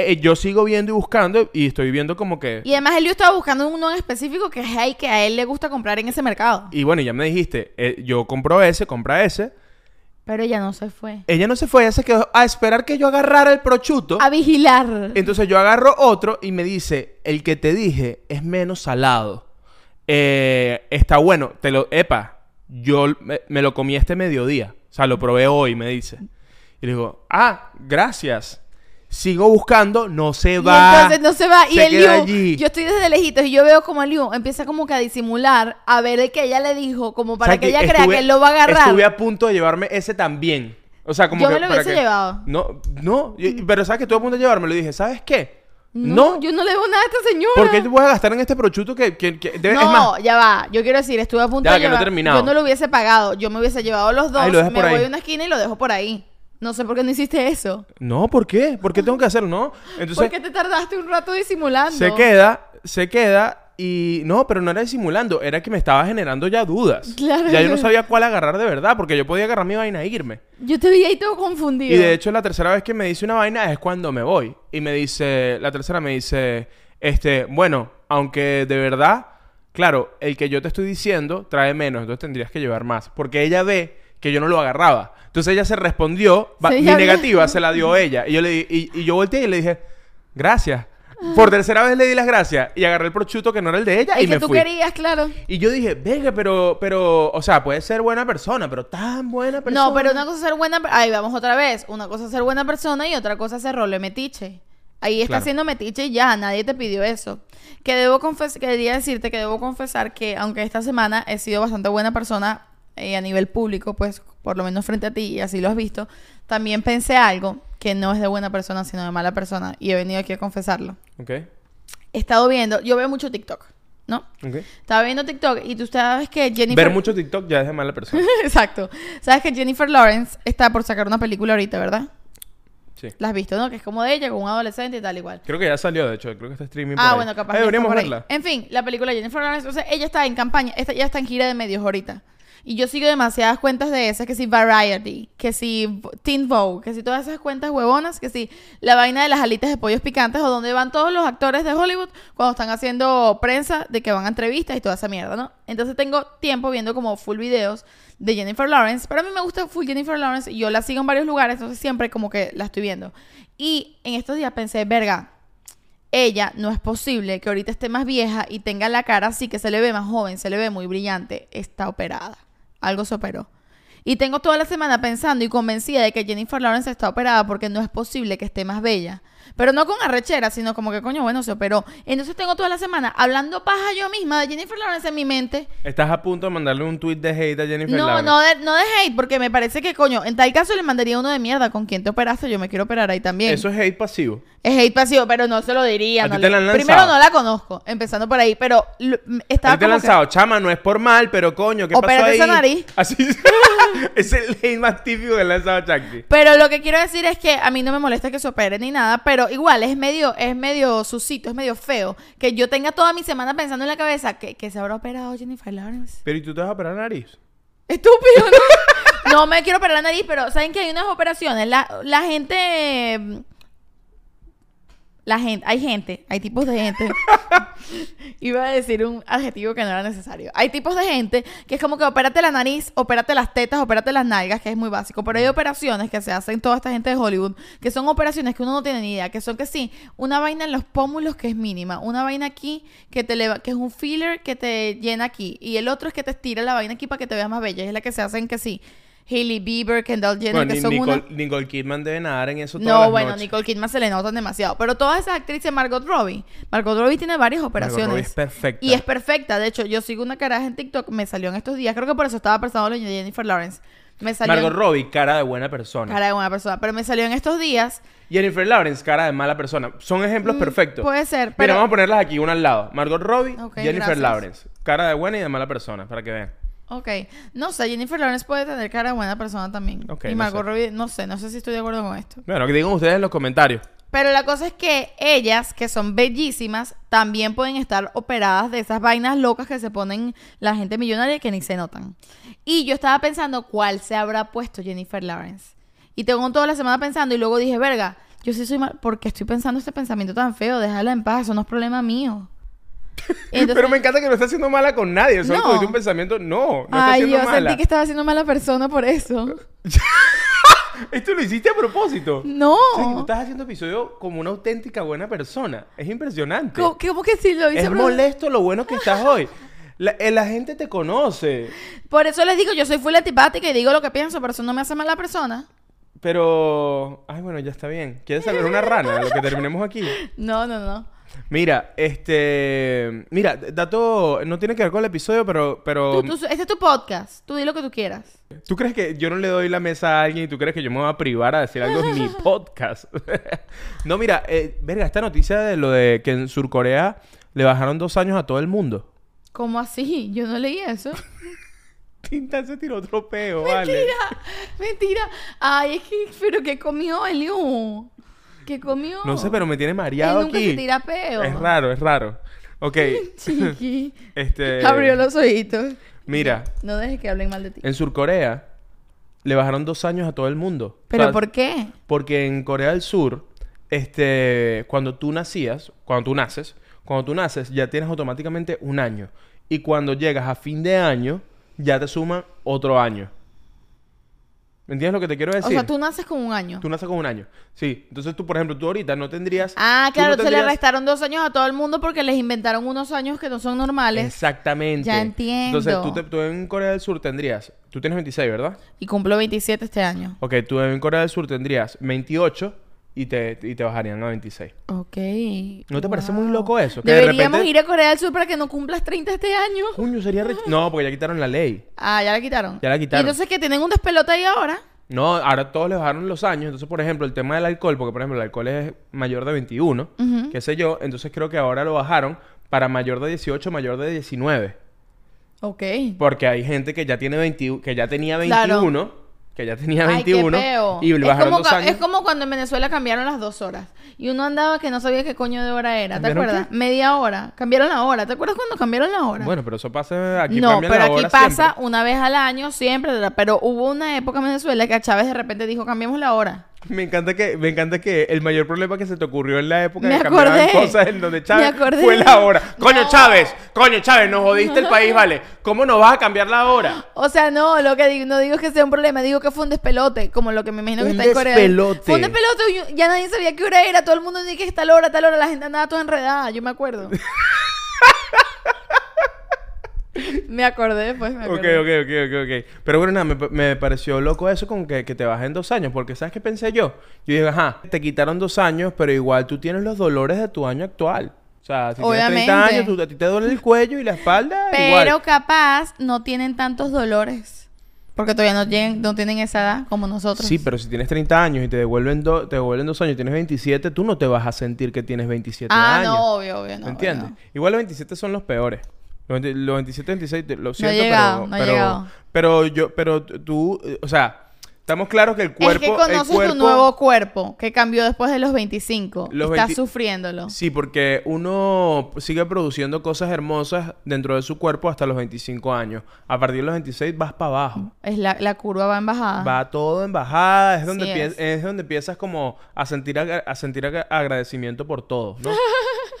S1: Eh, yo sigo viendo y buscando y estoy viendo como que...
S2: Y además Eliu estaba buscando uno en específico que es ahí que a él le gusta comprar en ese mercado.
S1: Y bueno, ya me dijiste, eh, yo compro ese, compra ese.
S2: Pero ella no se fue.
S1: Ella no se fue, ella se quedó a esperar que yo agarrara el prochuto.
S2: A vigilar.
S1: Entonces yo agarro otro y me dice, el que te dije es menos salado. Eh, está bueno, te lo... Epa, yo l- me, me lo comí este mediodía. O sea, lo probé hoy, me dice. Y le digo, ah, gracias. Sigo buscando, no se va.
S2: Y entonces no se va. y
S1: Se
S2: el
S1: queda
S2: Liu,
S1: allí.
S2: yo estoy desde lejitos y yo veo como el Liu empieza como que a disimular, a ver el que ella le dijo, como
S1: O
S2: para
S1: sea,
S2: que, ella crea
S1: estuve-
S2: que él lo va a agarrar.
S1: Estuve a punto de llevarme ese también. O sea, como
S2: Yo
S1: que
S2: me lo
S1: para
S2: hubiese
S1: que-
S2: llevado.
S1: No, no. y- pero sabes que estuve a punto de llevarme. Le dije, ¿sabes qué?
S2: No,
S1: No.
S2: yo no le veo nada a esta señora.
S1: ¿Por qué te voy a gastar en este prochuto que, que- que debe-
S2: no,
S1: es más?
S2: ya va. Yo quiero decir, estuve a punto
S1: Ya,
S2: de
S1: que no he
S2: llevar.
S1: terminado.
S2: Yo no lo hubiese pagado. Yo me hubiese llevado los dos.
S1: Ahí lo dejas
S2: me
S1: por ahí.
S2: voy a una esquina y lo dejo por ahí. No sé por qué no hiciste eso.
S1: No, ¿por qué? ¿Por qué tengo que hacerlo? No.
S2: ¿Por
S1: Entonces
S2: qué te tardaste un rato disimulando?
S1: se queda, se queda y no, pero no era disimulando, era que me estaba generando ya dudas.
S2: Claro.
S1: Ya yo no sabía cuál agarrar de verdad, porque yo podía agarrar mi vaina e irme.
S2: Yo te vi ahí todo confundido.
S1: Y de hecho, la tercera vez que me dice una vaina es cuando me voy. Y me dice, la tercera me dice, este, bueno, aunque de verdad, claro, el que yo te estoy diciendo trae menos, entonces tendrías que llevar más. Porque ella ve que yo no lo agarraba. Entonces ella se respondió, va-
S2: Sí,
S1: mi
S2: ya vi.
S1: negativa se la dio ella. Y yo, le di- y, y yo volteé y le dije, gracias. Por tercera vez le di las gracias y agarré el prochuto que no era el de ella
S2: El
S1: y
S2: que
S1: me
S2: tú
S1: fui.
S2: querías, claro.
S1: Y yo dije, venga, pero, pero, o sea, puede ser buena persona, pero tan buena persona.
S2: No, pero una cosa es ser buena... Ahí vamos otra vez. Una cosa es ser buena persona y otra cosa es ser role metiche. Ahí está
S1: Claro.
S2: siendo metiche y ya, nadie te pidió eso. Que debo confesar, quería decirte que debo confesar que aunque esta semana he sido bastante buena persona eh, a nivel público, pues por lo menos frente a ti y así lo has visto, también pensé algo que no es de buena persona, sino de mala persona y he venido aquí a confesarlo.
S1: Ok,
S2: He estado viendo, yo veo mucho TikTok, ¿no?
S1: ok.
S2: Estaba viendo TikTok y tú sabes que Jennifer...
S1: Ver mucho TikTok ya es de mala persona.
S2: Exacto. Sabes que Jennifer Lawrence está por sacar una película ahorita, ¿verdad?
S1: Sí.
S2: La has visto, ¿no? Que es como de ella, con un adolescente y tal, igual.
S1: Creo que ya salió, de hecho. Creo que está streaming. por
S2: Ah,
S1: ahí.
S2: bueno, capaz.
S1: Eh,
S2: que está
S1: deberíamos
S2: por ahí.
S1: verla.
S2: En fin, la película de Jennifer Lawrence. Entonces, ella está en campaña, esta- ella está en gira de medios ahorita. Y yo sigo demasiadas cuentas de esas, que si Variety, que si Teen Vogue, que si todas esas cuentas huevonas, que si la vaina de las alitas de pollos picantes o donde van todos los actores de Hollywood cuando están haciendo prensa de que van a entrevistas y toda esa mierda, ¿no? Entonces tengo tiempo viendo como full videos de Jennifer Lawrence, pero a mí me gusta full Jennifer Lawrence y yo la sigo en varios lugares, entonces siempre como que la estoy viendo. Y en estos días pensé, verga, ella no es posible que ahorita esté más vieja y tenga la cara así que se le ve más joven, se le ve muy brillante, está operada. Algo se operó. Y tengo toda la semana pensando y convencida de que Jennifer Lawrence está operada porque no es posible que esté más bella. Pero no con arrechera, sino como que coño, bueno, se operó. Entonces tengo toda la semana hablando paja yo misma de Jennifer Lawrence en mi mente.
S1: Estás a punto de mandarle un tweet de hate a Jennifer
S2: No,
S1: Lawrence.
S2: no de, no de hate, porque me parece que coño, en tal caso le mandaría uno de mierda. ¿Con quién te operaste? Yo me quiero operar ahí también.
S1: Eso es hate pasivo.
S2: Es hate pasivo, pero no se lo diría.
S1: ¿A
S2: no
S1: ti
S2: le-
S1: te la han lanzado?
S2: Primero no la conozco, empezando por ahí, pero l- m- estaba
S1: A ti te han
S2: como
S1: lanzado, chama, no es por mal, pero coño, ¿qué pasó
S2: Opérate
S1: ahí?
S2: esa nariz.
S1: Así es el hate más típico que le ha lanzado Chakti.
S2: que- Pero lo que quiero decir es que a mí no me molesta que se opere ni nada, pero igual es medio, es medio susito, es medio feo que yo tenga toda mi semana pensando en la cabeza que, que se habrá operado Jennifer Lawrence.
S1: Pero ¿y tú te vas a operar la nariz?
S2: Estúpido, ¿no? no me quiero operar la nariz, pero saben que hay unas operaciones. La, la gente. mm, La gente, hay gente, hay tipos de gente. Iba a decir un adjetivo que no era necesario. Hay tipos de gente que es como que opérate la nariz, opérate las tetas, opérate las nalgas, que es muy básico. Pero hay operaciones que se hacen toda esta gente de Hollywood, que son operaciones que uno no tiene ni idea, que son que sí, una vaina en los pómulos que es mínima, una vaina aquí que te leva- que es un filler que te llena aquí, y el otro es que te estira la vaina aquí para que te veas más bella. Es la que se hacen que sí. Hailey Bieber, Kendall Jenner,
S1: Bueno,
S2: que
S1: ni-
S2: son una...
S1: Nicole, Nicole Kidman debe nadar en eso todas
S2: No,
S1: las
S2: bueno,
S1: noches.
S2: Nicole Kidman se le notan demasiado. Pero todas esas actrices, Margot Robbie. Margot Robbie tiene varias operaciones.
S1: Robbie es perfecta.
S2: Y es perfecta. De hecho, yo sigo una caraja en TikTok, me salió en estos días. Creo que por eso estaba pensando en Jennifer Lawrence. Me salió.
S1: Margot
S2: en-
S1: Robbie, cara de buena persona.
S2: Cara de buena persona. Pero me salió en estos días.
S1: Jennifer Lawrence, cara de mala persona. Son ejemplos perfectos.
S2: Mm, puede ser,
S1: Mira,
S2: pero-
S1: vamos a ponerlas aquí una al lado. Margot Robbie,
S2: Ok,
S1: Jennifer
S2: gracias.
S1: Lawrence. Cara de buena y de mala persona, para que vean.
S2: Ok. No sé, Jennifer Lawrence puede tener cara de buena persona también.
S1: Ok,
S2: y
S1: no
S2: Margot
S1: sé.
S2: Robbie, no sé, no sé si estoy de acuerdo con esto.
S1: Bueno, que digan ustedes en los comentarios.
S2: Pero la cosa es que ellas, que son bellísimas, también pueden estar operadas de esas vainas locas que se ponen la gente millonaria que ni se notan. Y yo estaba pensando cuál se habrá puesto Jennifer Lawrence. Y tengo toda la semana pensando y luego dije, verga, yo sí soy mal, ¿por qué estoy pensando este pensamiento tan feo? Déjala en paz, eso no es problema mío. Entonces-
S1: Pero me encanta que no está haciendo mala con nadie. Solo
S2: No.
S1: tuviste un pensamiento. No, no está
S2: Ay,
S1: haciendo
S2: yo
S1: mala.
S2: sentí que estaba siendo mala persona por eso.
S1: Esto lo hiciste a propósito.
S2: No.
S1: O sea, que tú estás haciendo episodio como una auténtica buena persona. Es impresionante.
S2: ¿Cómo, cómo que sí lo hice?
S1: Es
S2: a propósito?
S1: molesto lo bueno que estás hoy. La, eh, la gente te conoce.
S2: Por eso les digo, yo soy full antipática y digo lo que pienso, pero eso no me hace mala persona.
S1: Pero. Ay, bueno, ya está bien. ¿Quieres saber una rana de lo que terminemos aquí?
S2: No, no, no.
S1: Mira, este. Mira, dato. No tiene que ver con el episodio, pero. pero
S2: Tú- tú- este es tu podcast. Tú di lo que tú quieras.
S1: ¿Tú crees que yo no le doy la mesa a alguien y tú crees que yo me voy a privar a decir algo en mi podcast? no, mira, eh, verga, esta noticia de lo de que en Surcorea le bajaron dos años a todo el mundo.
S2: ¿Cómo así? Yo no leí eso.
S1: Tinta se tiró otro peo, vale.
S2: Mentira. Mentira. Ay, es que, pero ¿qué comió Eliu? ¿Qué comió?
S1: No sé, pero me tiene mareado
S2: Él nunca
S1: aquí.
S2: se tira peo.
S1: Es raro, es raro. Ok,
S2: Chiqui.
S1: este.
S2: Abrió los ojitos.
S1: Mira,
S2: No dejes que hablen mal de ti.
S1: en Surcorea le bajaron dos años a todo el mundo.
S2: ¿Pero
S1: O sea,
S2: por qué?
S1: Porque en Corea del Sur, este, cuando tú nacías, cuando tú naces, cuando tú naces ya tienes automáticamente un año. Y cuando llegas a fin de año, ya te suman otro año. ¿Me entiendes lo que te quiero
S2: O
S1: decir?
S2: sea, tú naces con un año.
S1: Ah, Tú naces con un año. Sí. Entonces tú, por ejemplo, tú ahorita no tendrías...
S2: Ah,
S1: tú
S2: claro,
S1: no
S2: se le
S1: tendrías-
S2: restaron dos años a todo el mundo porque les inventaron unos años que no son normales.
S1: Exactamente.
S2: Ya entiendo.
S1: Entonces tú, te- tú en Corea del Sur tendrías... Tú tienes 26, ¿verdad?
S2: Y cumplo 27 este año.
S1: Ok, tú en Corea del Sur tendrías 28 y te, y te bajarían a 26.
S2: Ok.
S1: ¿No te parece
S2: Wow.
S1: muy loco eso? Que de
S2: Deberíamos
S1: repente-
S2: ir a Corea del Sur para que no cumplas 30 este año.
S1: Coño, sería rech- No, porque ya quitaron la ley.
S2: Ah, ya la quitaron.
S1: Ya la quitaron.
S2: ¿Y entonces que tienen un despelote ahí ahora.
S1: No, ahora todos le bajaron los años. Entonces, por ejemplo, el tema del alcohol, porque por ejemplo el alcohol es mayor de 21, qué sé yo, entonces creo que ahora lo bajaron para mayor de 18, mayor de 19.
S2: Ok.
S1: Porque hay gente que ya tiene 21, que ya tenía
S2: Claro.
S1: 21 que ya tenía
S2: Ay, qué
S1: 21
S2: peo.
S1: y le bajaron
S2: es como,
S1: dos
S2: cua-
S1: años.
S2: es como cuando en Venezuela cambiaron las dos horas. Y uno andaba que no sabía qué coño de hora era. ¿Te
S1: ¿Cambiaron
S2: acuerdas? Media hora. Cambiaron la hora. ¿Te acuerdas cuando cambiaron la hora?
S1: Bueno, pero eso pasa aquí
S2: no,
S1: cambian
S2: pero
S1: la
S2: aquí
S1: hora
S2: pasa
S1: siempre.
S2: una vez al año, siempre. ¿verdad? Pero hubo una época en Venezuela que a Chávez de repente dijo, cambiemos la hora.
S1: Me encanta que me encanta que el mayor problema que se te ocurrió en la época
S2: Me
S1: de cambiaban
S2: acordé.
S1: cosas en donde
S2: Me
S1: Chávez
S2: acordé.
S1: fue la hora. Coño
S2: No.
S1: Chávez, coño Chávez, nos jodiste el país, vale. ¿Cómo nos vas a cambiar la hora?
S2: O sea, no, lo que digo, no digo que sea un problema, digo que fue un despelote, como lo que me imagino que
S1: Un
S2: está en Corea.
S1: despelote.
S2: Fue un despelote, yo- ya nadie sabía qué hora era, todo el mundo decía que es tal hora, tal hora, la gente andaba toda enredada, yo me acuerdo. me acordé, pues, me
S1: Ok,
S2: acordé.
S1: ok, ok, ok, ok. Pero bueno, nada, me, me pareció loco eso con que, que te bajen dos años, porque ¿sabes qué pensé yo? Yo dije, ajá, te quitaron dos años, pero igual tú tienes los dolores de tu año actual. O sea, si tienes 30
S2: Obviamente.
S1: años, tú- a ti te duele el cuello y la espalda,
S2: Pero
S1: igual.
S2: capaz no tienen tantos dolores, porque todavía no, lleguen- no tienen esa edad como nosotros.
S1: Sí, pero si tienes 30 años y te devuelven, do- te devuelven dos años y tienes 27, tú no te vas a sentir que tienes 27
S2: Ah,
S1: años.
S2: no, obvio, obvio, no.
S1: ¿Me entiendes?
S2: obvio, no.
S1: Igual los 27 son los peores. Los, 20 los 27, 26, te- lo siento,
S2: llegado,
S1: pero,
S2: no he
S1: pero,
S2: llegado.
S1: pero yo, pero t- tú, eh, o sea, estamos claros que el cuerpo,
S2: es que
S1: el
S2: conoces
S1: cuerpo,
S2: tu nuevo cuerpo que cambió después de los 25.
S1: Los
S2: Estás
S1: 20
S2: sufriéndolo.
S1: Sí, porque uno sigue produciendo cosas hermosas dentro de su cuerpo hasta los 25 años. A partir de los 26 vas para abajo.
S2: Es la, la curva va en bajada.
S1: Va todo en bajada, es donde,
S2: Sí
S1: pien-
S2: es.
S1: es. donde empiezas como a sentir, agra- a, sentir agra- agradecimiento por todo, ¿no?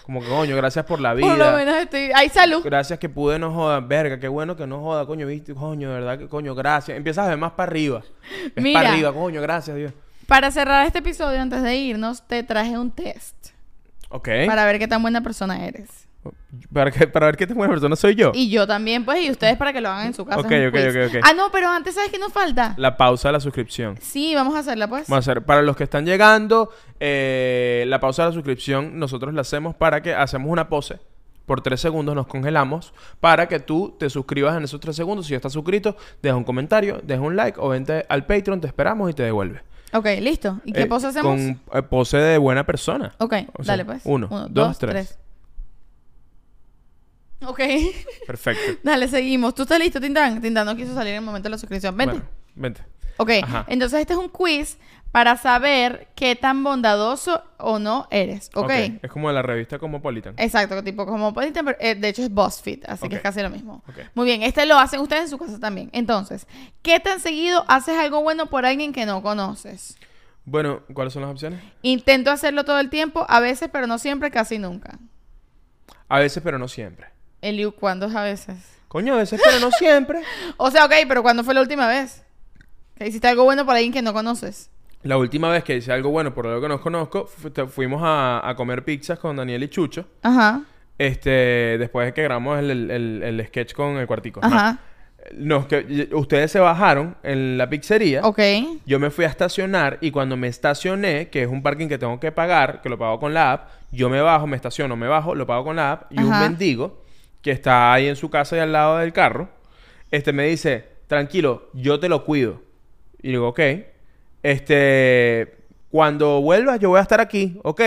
S1: como que, coño, gracias por la vida.
S2: Por lo menos estoy. ¡Ay, salud!
S1: Gracias que pude, no joda. Verga, qué bueno que no joda, coño, viste, coño, de verdad, que coño, gracias. Empiezas a ver más para arriba.
S2: Mira.
S1: Para arriba, coño, gracias, Dios.
S2: Para cerrar este episodio, antes de irnos, te traje un test
S1: Ok. Para,
S2: para ver qué tan buena persona eres.
S1: que- para ver qué tan buena persona soy yo.
S2: Y yo también, pues, y ustedes para que lo hagan en su casa.
S1: Oh. Ok,
S2: es un
S1: ok,
S2: quiz.
S1: ok, ok.
S2: Ah, no, pero antes, ¿sabes qué nos falta?
S1: La pausa de la suscripción.
S2: Sí, vamos a hacerla, pues.
S1: Vamos a hacer, para los que están llegando, eh, la pausa de la suscripción nosotros la hacemos para que hacemos una pose. Por tres segundos nos congelamos para que tú te suscribas en esos tres segundos. Si ya estás suscrito, deja un comentario, deja un like o vente al Patreon, te esperamos y te devuelve.
S2: Ok, listo. ¿Y qué
S1: Eh,
S2: pose hacemos?
S1: Con eh, pose de buena persona.
S2: Ok,
S1: O sea,
S2: dale, pues.
S1: Uno, dos, tres.
S2: Ok.
S1: Perfecto.
S2: dale, seguimos. ¿Tú estás listo, Tintán? Tintán no quiso salir en el momento de la suscripción. Vente.
S1: Bueno, vente.
S2: Ok,
S1: Ajá.
S2: entonces este es un quiz para saber qué tan bondadoso o no eres, ¿ok?
S1: Ok, Es como de la revista Cosmopolitan.
S2: Exacto, tipo como Cosmopolitan, pero, eh, de hecho es BuzzFeed, así que
S1: Ok.
S2: es casi lo mismo.
S1: Ok.
S2: Muy bien, este lo hacen ustedes en su casa también. Entonces, ¿qué tan seguido haces algo bueno por alguien que no conoces?
S1: Bueno, ¿cuáles son las opciones?
S2: Intento hacerlo todo el tiempo, a veces, pero no siempre, casi nunca.
S1: A veces, pero no siempre.
S2: Eliu, ¿cuándo es a veces?
S1: Coño, a veces, pero no siempre.
S2: O sea, ok, pero ¿cuándo fue la última vez? Que hiciste algo bueno por alguien que no conoces.
S1: La última vez que hice algo bueno, por lo que no conozco, fu- te- fuimos a, a comer pizzas con Daniel y Chucho.
S2: Ajá,
S1: Este, después de que grabamos el, el- el- el sketch con el cuartico.
S2: ajá,
S1: Nos que- y- ustedes se bajaron en la pizzería.
S2: ok.
S1: Yo me fui a estacionar y cuando me estacioné, que es un parking que tengo que pagar, que lo pago con la app, yo me bajo, me estaciono, me bajo, lo pago con la app y un
S2: Ajá.
S1: mendigo que está ahí en su casa y al lado del carro, este me dice, tranquilo, yo te lo cuido. Y digo, ok, este, cuando vuelvas yo voy a estar aquí, ok.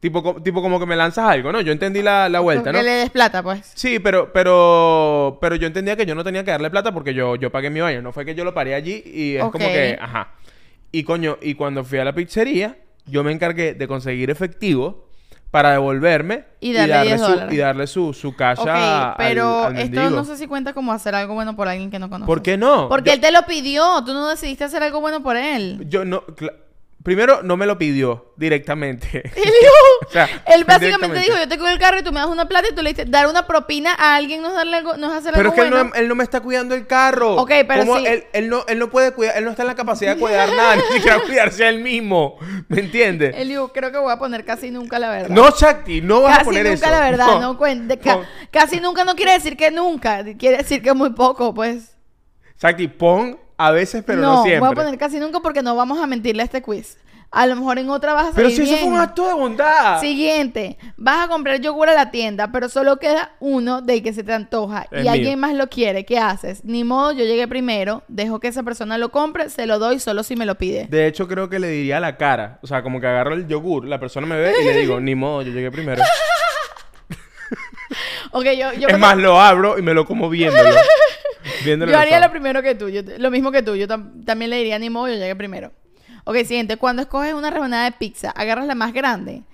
S1: Tipo, co- tipo como que me lanzas algo, ¿no? Yo entendí la, la vuelta,
S2: Porque
S1: ¿no?
S2: le des plata, pues.
S1: Sí, pero, pero, pero yo entendía que yo no tenía que darle plata porque yo, yo pagué mi baño. No fue que yo lo paré allí y es como
S2: Ok.
S1: que, ajá. Y coño, y cuando fui a la pizzería, yo me encargué de conseguir efectivo para devolverme
S2: Y darle 10
S1: su,
S2: dólares.
S1: y darle su, su cash a-
S2: Ok, pero
S1: al, al
S2: esto
S1: mendigo.
S2: no sé si cuenta como hacer algo bueno por alguien que no conoces.
S1: ¿Por qué no?
S2: Porque
S1: Yo-
S2: él te lo pidió, tú no decidiste hacer algo bueno por él.
S1: Yo no... cla- Primero, no me lo pidió directamente. O sea,
S2: él básicamente
S1: indirectamente.
S2: dijo, yo te cojo el carro y tú me das una plata y tú le dices, dar una propina a alguien no es, darle algo, no es hacer
S1: Pero es
S2: algo
S1: que él
S2: bueno.
S1: no, em, él no me está cuidando el carro.
S2: Ok, pero
S1: ¿Cómo?
S2: sí.
S1: Él, él no, él no puede cuidar, él no está en la capacidad de cuidar nada, ni siquiera cuidarse a él mismo. ¿Me entiendes?
S2: Él dijo, creo que voy a poner casi nunca la verdad.
S1: eh. No, Shakti, no vas
S2: Casi
S1: a poner
S2: nunca
S1: eso.
S2: la verdad, no, cuenta. Ca-
S1: No.
S2: Casi nunca no quiere decir que nunca, quiere decir que muy poco, pues.
S1: Shakti, pon a veces, pero no,
S2: no,
S1: siempre.
S2: voy a poner casi nunca porque no vamos a mentirle a este quiz. A lo mejor en otra vas a
S1: pero
S2: salir
S1: si eso fue un
S2: bien.
S1: acto de bondad.
S2: Siguiente, vas a comprar yogur a la tienda, pero solo queda uno del que se te antoja y
S1: Es mío.
S2: alguien más lo quiere. ¿Qué haces? Ni modo, yo llegué primero, dejo que esa persona lo compre, se lo doy solo si me lo pide.
S1: De hecho, creo que le diría a la cara. O sea, como que agarro el yogur, la persona me ve y le digo, ni modo, yo llegué primero.
S2: Ok, yo, yo
S1: es
S2: creo-
S1: más, lo abro y me lo como viéndolo. Viéndolo
S2: Yo
S1: en el
S2: haría lo
S1: estado.
S2: primero que tú, yo te- lo mismo que tú. Yo tam- también le diría ni modo, yo llegué primero. Ok, siguiente. Cuando escoges una rebanada de pizza, agarras la más grande.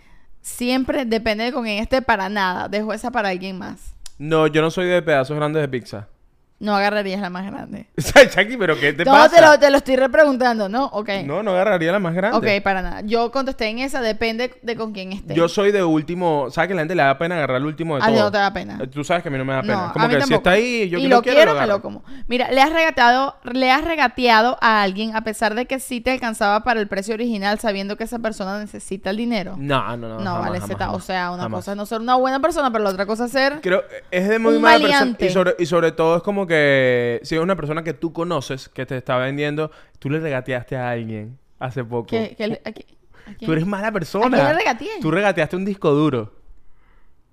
S2: Siempre depende de con quién esté para nada. Dejo esa para alguien más.
S1: No, yo no soy de pedazos grandes de pizza.
S2: No agarrarías la más grande.
S1: O sea, Chucky, ¿pero qué te
S2: No,
S1: pasa?
S2: te lo, te lo estoy repreguntando, ¿no? Ok.
S1: No, no agarraría la más grande.
S2: ok, para nada. Yo contesté en esa, depende de con quién esté.
S1: Yo soy de último... ¿Sabes que la gente le da pena agarrar el último de
S2: A mí
S1: todo?
S2: Ah,
S1: Eh,
S2: no te da pena.
S1: Tú sabes que a mí no me da pena.
S2: No,
S1: Como
S2: a mí
S1: que si
S2: tampoco.
S1: está ahí, yo
S2: y
S1: que
S2: lo quiero, me
S1: agarro.
S2: lo como. Mira, le has regateado, le has regateado a alguien a pesar de que sí te alcanzaba para el precio original, sabiendo que esa persona necesita el dinero. No,
S1: No, no, no. jamás,
S2: vale,
S1: jamás,
S2: Zeta. O
S1: jamás,
S2: sea, una
S1: jamás.
S2: cosa es no ser una buena persona, pero la otra cosa es ser.
S1: Creo, es de muy
S2: Un
S1: mala persona.
S2: maleante.
S1: Y sobre, y sobre todo es como que si es una persona que tú conoces, que te está vendiendo, tú le regateaste a alguien hace poco.
S2: que, que le- aquí- aquí.
S1: Tú eres mala persona.
S2: ¿A quién le regateé?
S1: Tú regateaste un disco duro.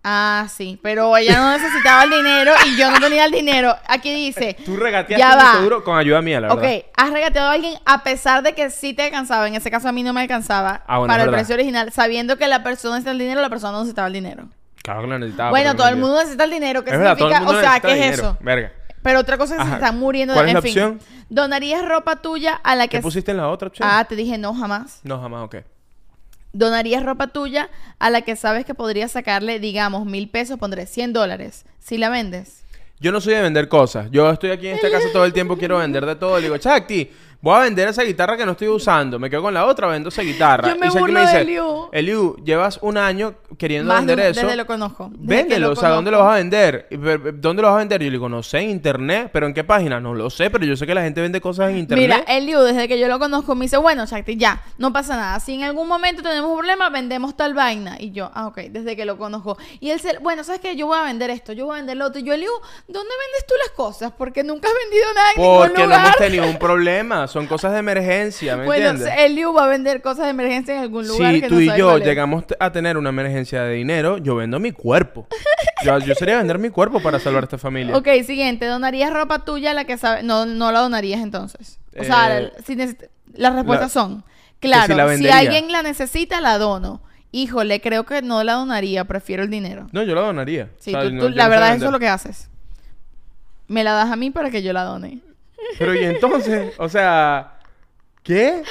S2: Ah, sí, pero ella no necesitaba el dinero y yo no tenía el dinero. Aquí dice.
S1: Tú regateaste
S2: Ya
S1: un
S2: va.
S1: disco duro con ayuda mía, la
S2: Ok,
S1: verdad.
S2: has regateado a alguien a pesar de que sí te alcanzaba. En ese caso a mí no me alcanzaba
S1: Ah, bueno,
S2: para
S1: es
S2: el
S1: verdad.
S2: precio original, sabiendo que la persona necesita el dinero, la persona no necesitaba el dinero.
S1: Claro que lo necesitaba.
S2: bueno,
S1: Ah, pero
S2: todo
S1: no
S2: el
S1: me
S2: mundo necesita el dinero. ¿Qué
S1: Es verdad, todo el
S2: significa?
S1: mundo
S2: o sea,
S1: necesita
S2: ¿qué es
S1: dinero.
S2: eso?
S1: Verga.
S2: Pero otra cosa es que
S1: Ajá.
S2: se están muriendo.
S1: ¿Cuál es
S2: en
S1: la
S2: fin.
S1: opción?
S2: ¿Donarías ropa tuya a la que...
S1: dio. ¿Qué pusiste en la otra opción?
S2: Ah, te dije no, jamás.
S1: No, jamás, ok.
S2: ¿Donarías ropa tuya a la que sabes que podrías sacarle, digamos, mil pesos? Pondré 100 dólares. Si la vendes.
S1: Yo no soy de vender cosas. Yo estoy aquí en esta casa todo el tiempo, quiero vender de todo. Le digo, Chakti, voy a vender esa guitarra que no estoy usando. Me quedo con la otra, vendo esa guitarra.
S2: Yo me
S1: Shakti
S2: burlo de Eliu.
S1: Eliu, llevas un año queriendo
S2: Más
S1: vender
S2: de-
S1: eso.
S2: desde lo conozco. Desde que
S1: Véndelo,
S2: lo
S1: o sea, ¿dónde lo
S2: conozco.
S1: vas a vender? Y per- per- ¿Dónde lo vas a vender? Yo le digo, no sé, en internet. ¿Pero en qué página? No lo sé, pero yo sé que la gente vende cosas en internet.
S2: Mira, Eliu, desde que yo lo conozco, me dice, bueno, Shakti, ya, no pasa nada. Si en algún momento tenemos un problema, vendemos tal vaina. Y yo, ah, ok, desde que lo conozco. Y él, se- bueno, ¿sabes qué? Yo voy a vender esto, yo voy a vender lo otro. Y yo, Eliu, ¿dónde vendes tú las cosas? Porque nunca has vendido nada en
S1: Porque
S2: ningún
S1: no
S2: lugar.
S1: hemos tenido un problema. Son cosas de emergencia, ¿me
S2: bueno, eh,
S1: entiendes?
S2: Eliu va a vender cosas de emergencia en algún lugar.
S1: Si
S2: que
S1: tú
S2: no
S1: y
S2: sabe
S1: yo
S2: cuál es.
S1: llegamos t- a tener una emergencia de dinero, yo vendo mi cuerpo. Yo, yo sería vender mi cuerpo para salvar a esta familia.
S2: Ok, siguiente. ¿Donarías ropa tuya a la que sabes? No, no la donarías entonces. O
S1: Eh,
S2: sea, la- si neces- las respuestas
S1: la-
S2: son, claro,
S1: si la
S2: si
S1: vendería.
S2: alguien la necesita, la dono. Híjole, creo que no la donaría, prefiero el dinero.
S1: No, yo la donaría.
S2: Sí,
S1: O sea,
S2: tú-
S1: no-
S2: tú-
S1: yo no
S2: la
S1: sé
S2: verdad
S1: vender.
S2: eso es lo que haces. Me la das a mí para que yo la done.
S1: Pero y entonces, o sea, ¿qué?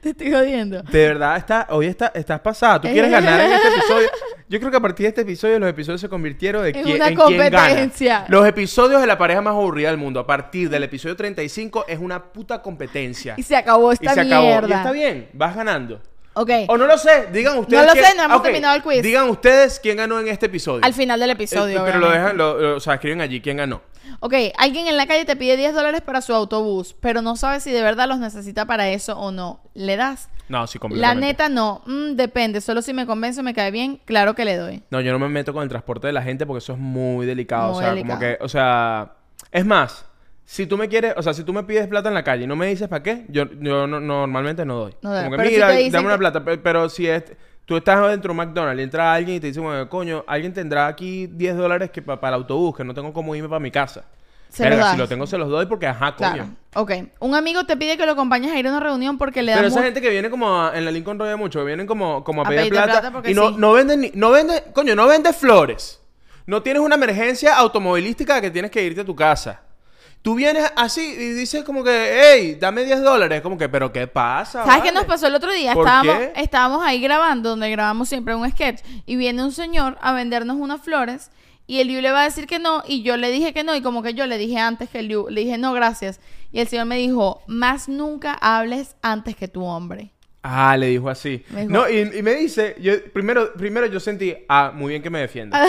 S2: Te estoy jodiendo.
S1: De verdad, está, hoy está, estás pasada. Tú quieres ganar en este episodio. Yo creo que a partir de este episodio los episodios se convirtieron de
S2: En
S1: quién,
S2: una
S1: en quién gana.
S2: competencia.
S1: Los episodios de la pareja más aburrida del mundo, a partir del episodio 35, es una puta competencia.
S2: Y se acabó esta
S1: y se acabó.
S2: mierda.
S1: Y está bien, vas ganando.
S2: Ok.
S1: O no lo sé, digan ustedes.
S2: lo
S1: quién-
S2: sé, no hemos
S1: Ok,
S2: terminado el quiz.
S1: Digan ustedes quién ganó en este episodio.
S2: Al final del
S1: Eh,
S2: episodio.
S1: pero lo
S2: obviamente.
S1: dejan, lo- lo- o sea, escriben allí quién ganó.
S2: Ok, alguien en la calle te pide 10 dólares para su autobús, pero no sabe si de verdad los necesita para eso o no. ¿Le das?
S1: No, sí,
S2: La
S1: completamente.
S2: neta no. Mm, depende. Solo si me convence, me cae bien, claro que le doy.
S1: No, yo no me meto con el transporte de la gente porque eso es muy delicado. o
S2: Muy
S1: sea,
S2: delicado.
S1: como que, o sea, es más, si tú me quieres, o sea, si tú me pides plata en la calle y no me dices para qué, yo, yo no- normalmente no doy.
S2: No doy.
S1: Como que,
S2: Pero si
S1: mira,
S2: te dicen
S1: dame una
S2: que-
S1: plata. Pe- Pero, si es, tú estás dentro de McDonald's y entra alguien y te dice, bueno, coño, alguien tendrá aquí 10 dólares que pa- para el autobús, que no tengo cómo irme para mi casa.
S2: Se
S1: Verga,
S2: los das.
S1: si lo tengo, se los doy porque ajá, coño.
S2: Claro. Ok. Un amigo te pide que lo acompañes a ir a una reunión porque le da
S1: Pero esa
S2: mu-
S1: gente que viene como a- en la Lincoln Road mucho, que vienen como, como a,
S2: A
S1: pedir
S2: pedirte
S1: plata,
S2: plata porque
S1: y no,
S2: sí.
S1: no venden ni- no venden, coño, no vendes flores. No tienes una emergencia automovilística que tienes que irte a tu casa. Tú vienes así y dices como que, hey, dame 10 dólares. Como que, pero ¿qué pasa?
S2: ¿Sabes qué
S1: vale?
S2: nos pasó el otro día?
S1: ¿Por
S2: Estábamos,
S1: qué?
S2: estábamos ahí grabando, donde grabamos siempre un sketch, y viene un señor a vendernos unas flores, y el Liu le va a decir que no, y yo le dije que no, y como que yo le dije antes que el Liu, le dije no, gracias. Y el señor me dijo, más nunca hables antes que tu hombre.
S1: Ah, le dijo así.
S2: Me dijo-
S1: no, y, y me dice, yo, primero, primero yo sentí, ah, muy bien que me defienda.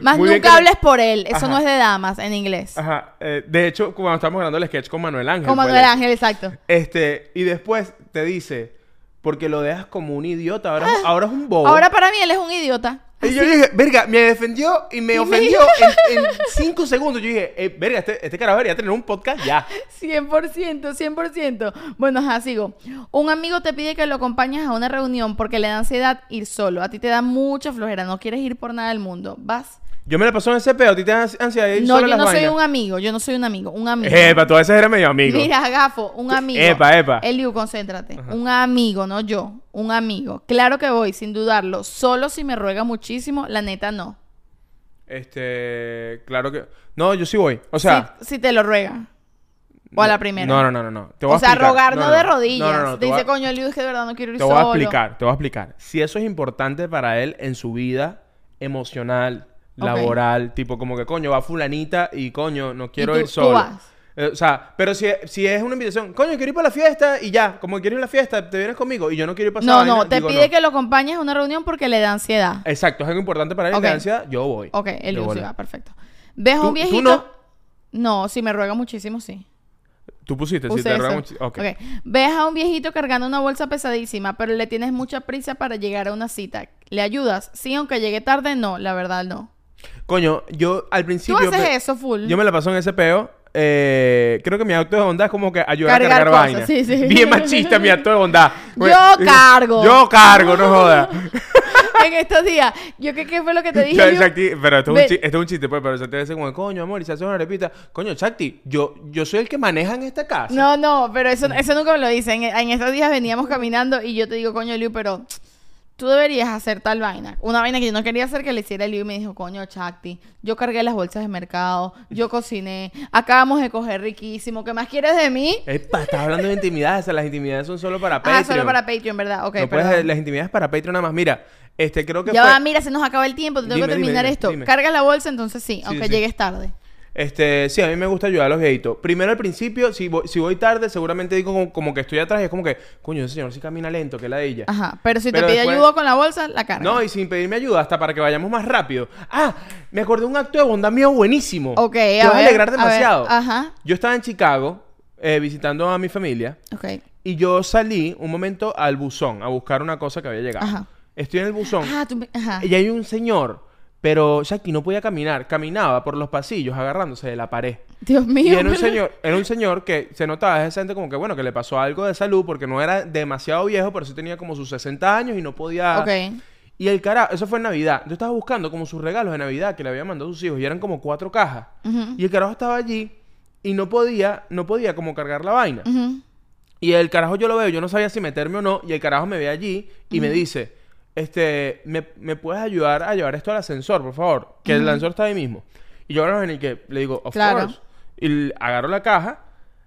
S2: Más nunca hables por él, eso
S1: Ajá.
S2: no es de damas en inglés.
S1: Ajá. eh, de hecho, cuando estábamos grabando el sketch con Manuel Ángel.
S2: Como
S1: fue
S2: Manuel
S1: el-
S2: Ángel, exacto.
S1: Este, y después te dice, porque lo dejas como un idiota, ahora, es- ahora es un bobo.
S2: Ah, Ahora para mí él es un idiota.
S1: y yo dije, verga, me defendió y me
S2: Y me-
S1: ofendió en, en cinco segundos. Yo dije, eh, verga, este, este carajo debería tener un podcast ya.
S2: 100%, 100%. Bueno, ajá, sigo. Un amigo te pide que lo acompañes a una reunión porque le da ansiedad ir solo. A ti te da mucha flojera, no quieres ir por nada del mundo. ¿Vas?
S1: Yo me la pasó en ese pedo, a ti te dan ansiedad de ir
S2: No,
S1: solo a
S2: yo
S1: las
S2: no soy
S1: vainas.
S2: un amigo, yo no soy un amigo, un amigo.
S1: Epa, tú a veces eres medio amigo.
S2: Mira, Gafo, un amigo.
S1: Epa, epa.
S2: Eliu, concéntrate. Un amigo, no yo. Un amigo. Claro que voy, sin dudarlo. Solo si me ruega muchísimo, la neta no.
S1: Este, claro que... No, yo sí voy. O sea...
S2: si, si te lo ruega. O a la primera.
S1: No, no, no, no. no. Te voy
S2: O
S1: a
S2: sea,
S1: explicar.
S2: rogar
S1: No,
S2: no,
S1: no,
S2: de
S1: no. No,
S2: rodillas.
S1: no, no, te
S2: Dice,
S1: voy a-
S2: coño, Liu, es que de verdad no quiero ir
S1: Te
S2: solo.
S1: voy a explicar, te voy a explicar. Si eso es importante para él en su vida emocional,
S2: Ok.
S1: laboral, tipo como que coño, va fulanita y coño, no quiero
S2: tú-
S1: ir
S2: tú
S1: solo.
S2: vas.
S1: Eh, o sea, pero si, si es una invitación, coño, quiero ir para la fiesta y ya, como quiero ir a la fiesta, te vienes conmigo y yo no quiero ir para esa
S2: No,
S1: vaina,
S2: no, te
S1: digo,
S2: pide
S1: no.
S2: que lo acompañes a una reunión porque le da ansiedad.
S1: Exacto, es algo importante para él,
S2: Ok.
S1: la ansiedad, yo voy.
S2: ok, el
S1: De
S2: Liu sí
S1: bola.
S2: va, perfecto. ¿Ves a
S1: ¿Tú- tú
S2: un viejito?
S1: no?
S2: No, si me ruega muchísimo, sí.
S1: Tú pusiste, si
S2: Puse
S1: te
S2: eso.
S1: ruega mucho. Ok.
S2: Ok. Ves a un viejito cargando una bolsa pesadísima, pero le tienes mucha prisa para llegar a una cita. ¿Le ayudas? Sí, aunque llegue tarde, no, la verdad no.
S1: Coño, yo al
S2: Tú
S1: principio.
S2: haces
S1: me-
S2: eso, full.
S1: Yo me la paso en ese peo. eh, creo que mi acto de bondad es como que ayudar
S2: Cargar
S1: a cargar
S2: cosas,
S1: vainas.
S2: sí, sí.
S1: Bien machista mi acto de bondad. Pues,
S2: Yo cargo.
S1: Yo cargo, no jodas.
S2: en estos días. Yo qué, qué fue lo que te dije.
S1: Yo,
S2: Liu?
S1: Shakti, pero esto es,
S2: Ve-
S1: un chiste, esto es un chiste, pues, pero se te dice como, coño, amor, y se hace una repita. Coño, Chakti, yo, yo soy el que maneja en esta casa.
S2: No, no, pero eso, eso nunca me lo dicen. En, en estos días veníamos caminando y yo te digo, coño, Liu, pero tú deberías hacer tal vaina. Una vaina que yo no quería hacer que le hiciera Liu y me dijo, coño, Chakti, yo cargué las bolsas de mercado, yo cociné, acabamos de coger riquísimo. ¿Qué más quieres de mí?
S1: Epa, estás hablando de intimidades. o sea, las intimidades son solo para Patreon.
S2: Ah, solo para Patreon, ¿verdad? Ok,
S1: No puedes-
S2: perdón.
S1: Las intimidades para Patreon nada más. Mira, este creo que
S2: Ya
S1: fue.
S2: va, mira, se nos acaba el tiempo, te tengo
S1: Dime,
S2: que
S1: dime,
S2: terminar
S1: dime,
S2: esto.
S1: dime.
S2: Cargas la bolsa, entonces sí, aunque
S1: sí.
S2: llegues tarde.
S1: Este, sí, a mí me gusta ayudar a los viejitos. Primero al principio, si voy, si voy tarde, seguramente digo como, como que estoy atrás y es como que, coño, ese señor sí camina lento, que la de ella.
S2: Ajá, pero si
S1: Pero
S2: te pide
S1: después-
S2: ayuda con la bolsa, la carga.
S1: No, y sin pedirme ayuda, hasta para que vayamos más rápido. Ah, me acordé de un acto de bondad mío buenísimo.
S2: Ok,
S1: Te
S2: a
S1: vas a
S2: ver,
S1: alegrar
S2: a ver,
S1: demasiado.
S2: ajá.
S1: Yo estaba en Chicago eh, visitando a mi familia
S2: Ok,
S1: y yo salí un momento al buzón a buscar una cosa que había llegado.
S2: Ajá.
S1: Estoy en el buzón
S2: Ah, tú me- ajá.
S1: y hay un señor, pero Jackie no podía caminar, caminaba por los pasillos agarrándose de la pared.
S2: Dios mío.
S1: Y era un
S2: pero-
S1: señor, era un señor que se notaba desde gente como que bueno, que le pasó algo de salud porque no era demasiado viejo, pero sí tenía como sus 60 años y no podía
S2: Ok.
S1: Y el carajo, eso fue en Navidad. Yo estaba buscando como sus regalos de Navidad que le había mandado a sus hijos y eran como cuatro cajas. Y el carajo estaba allí y no podía, no podía como cargar la vaina.
S2: Ujú.
S1: Y el carajo yo lo veo, yo no sabía si meterme o no. Y el carajo me ve allí y me dice, este, ¿me, me puedes ayudar a llevar esto al ascensor, por favor? Que el ascensor está ahí mismo. Y yo ahora en el que le digo, of
S2: Claro.
S1: course. Y l- agarro la caja,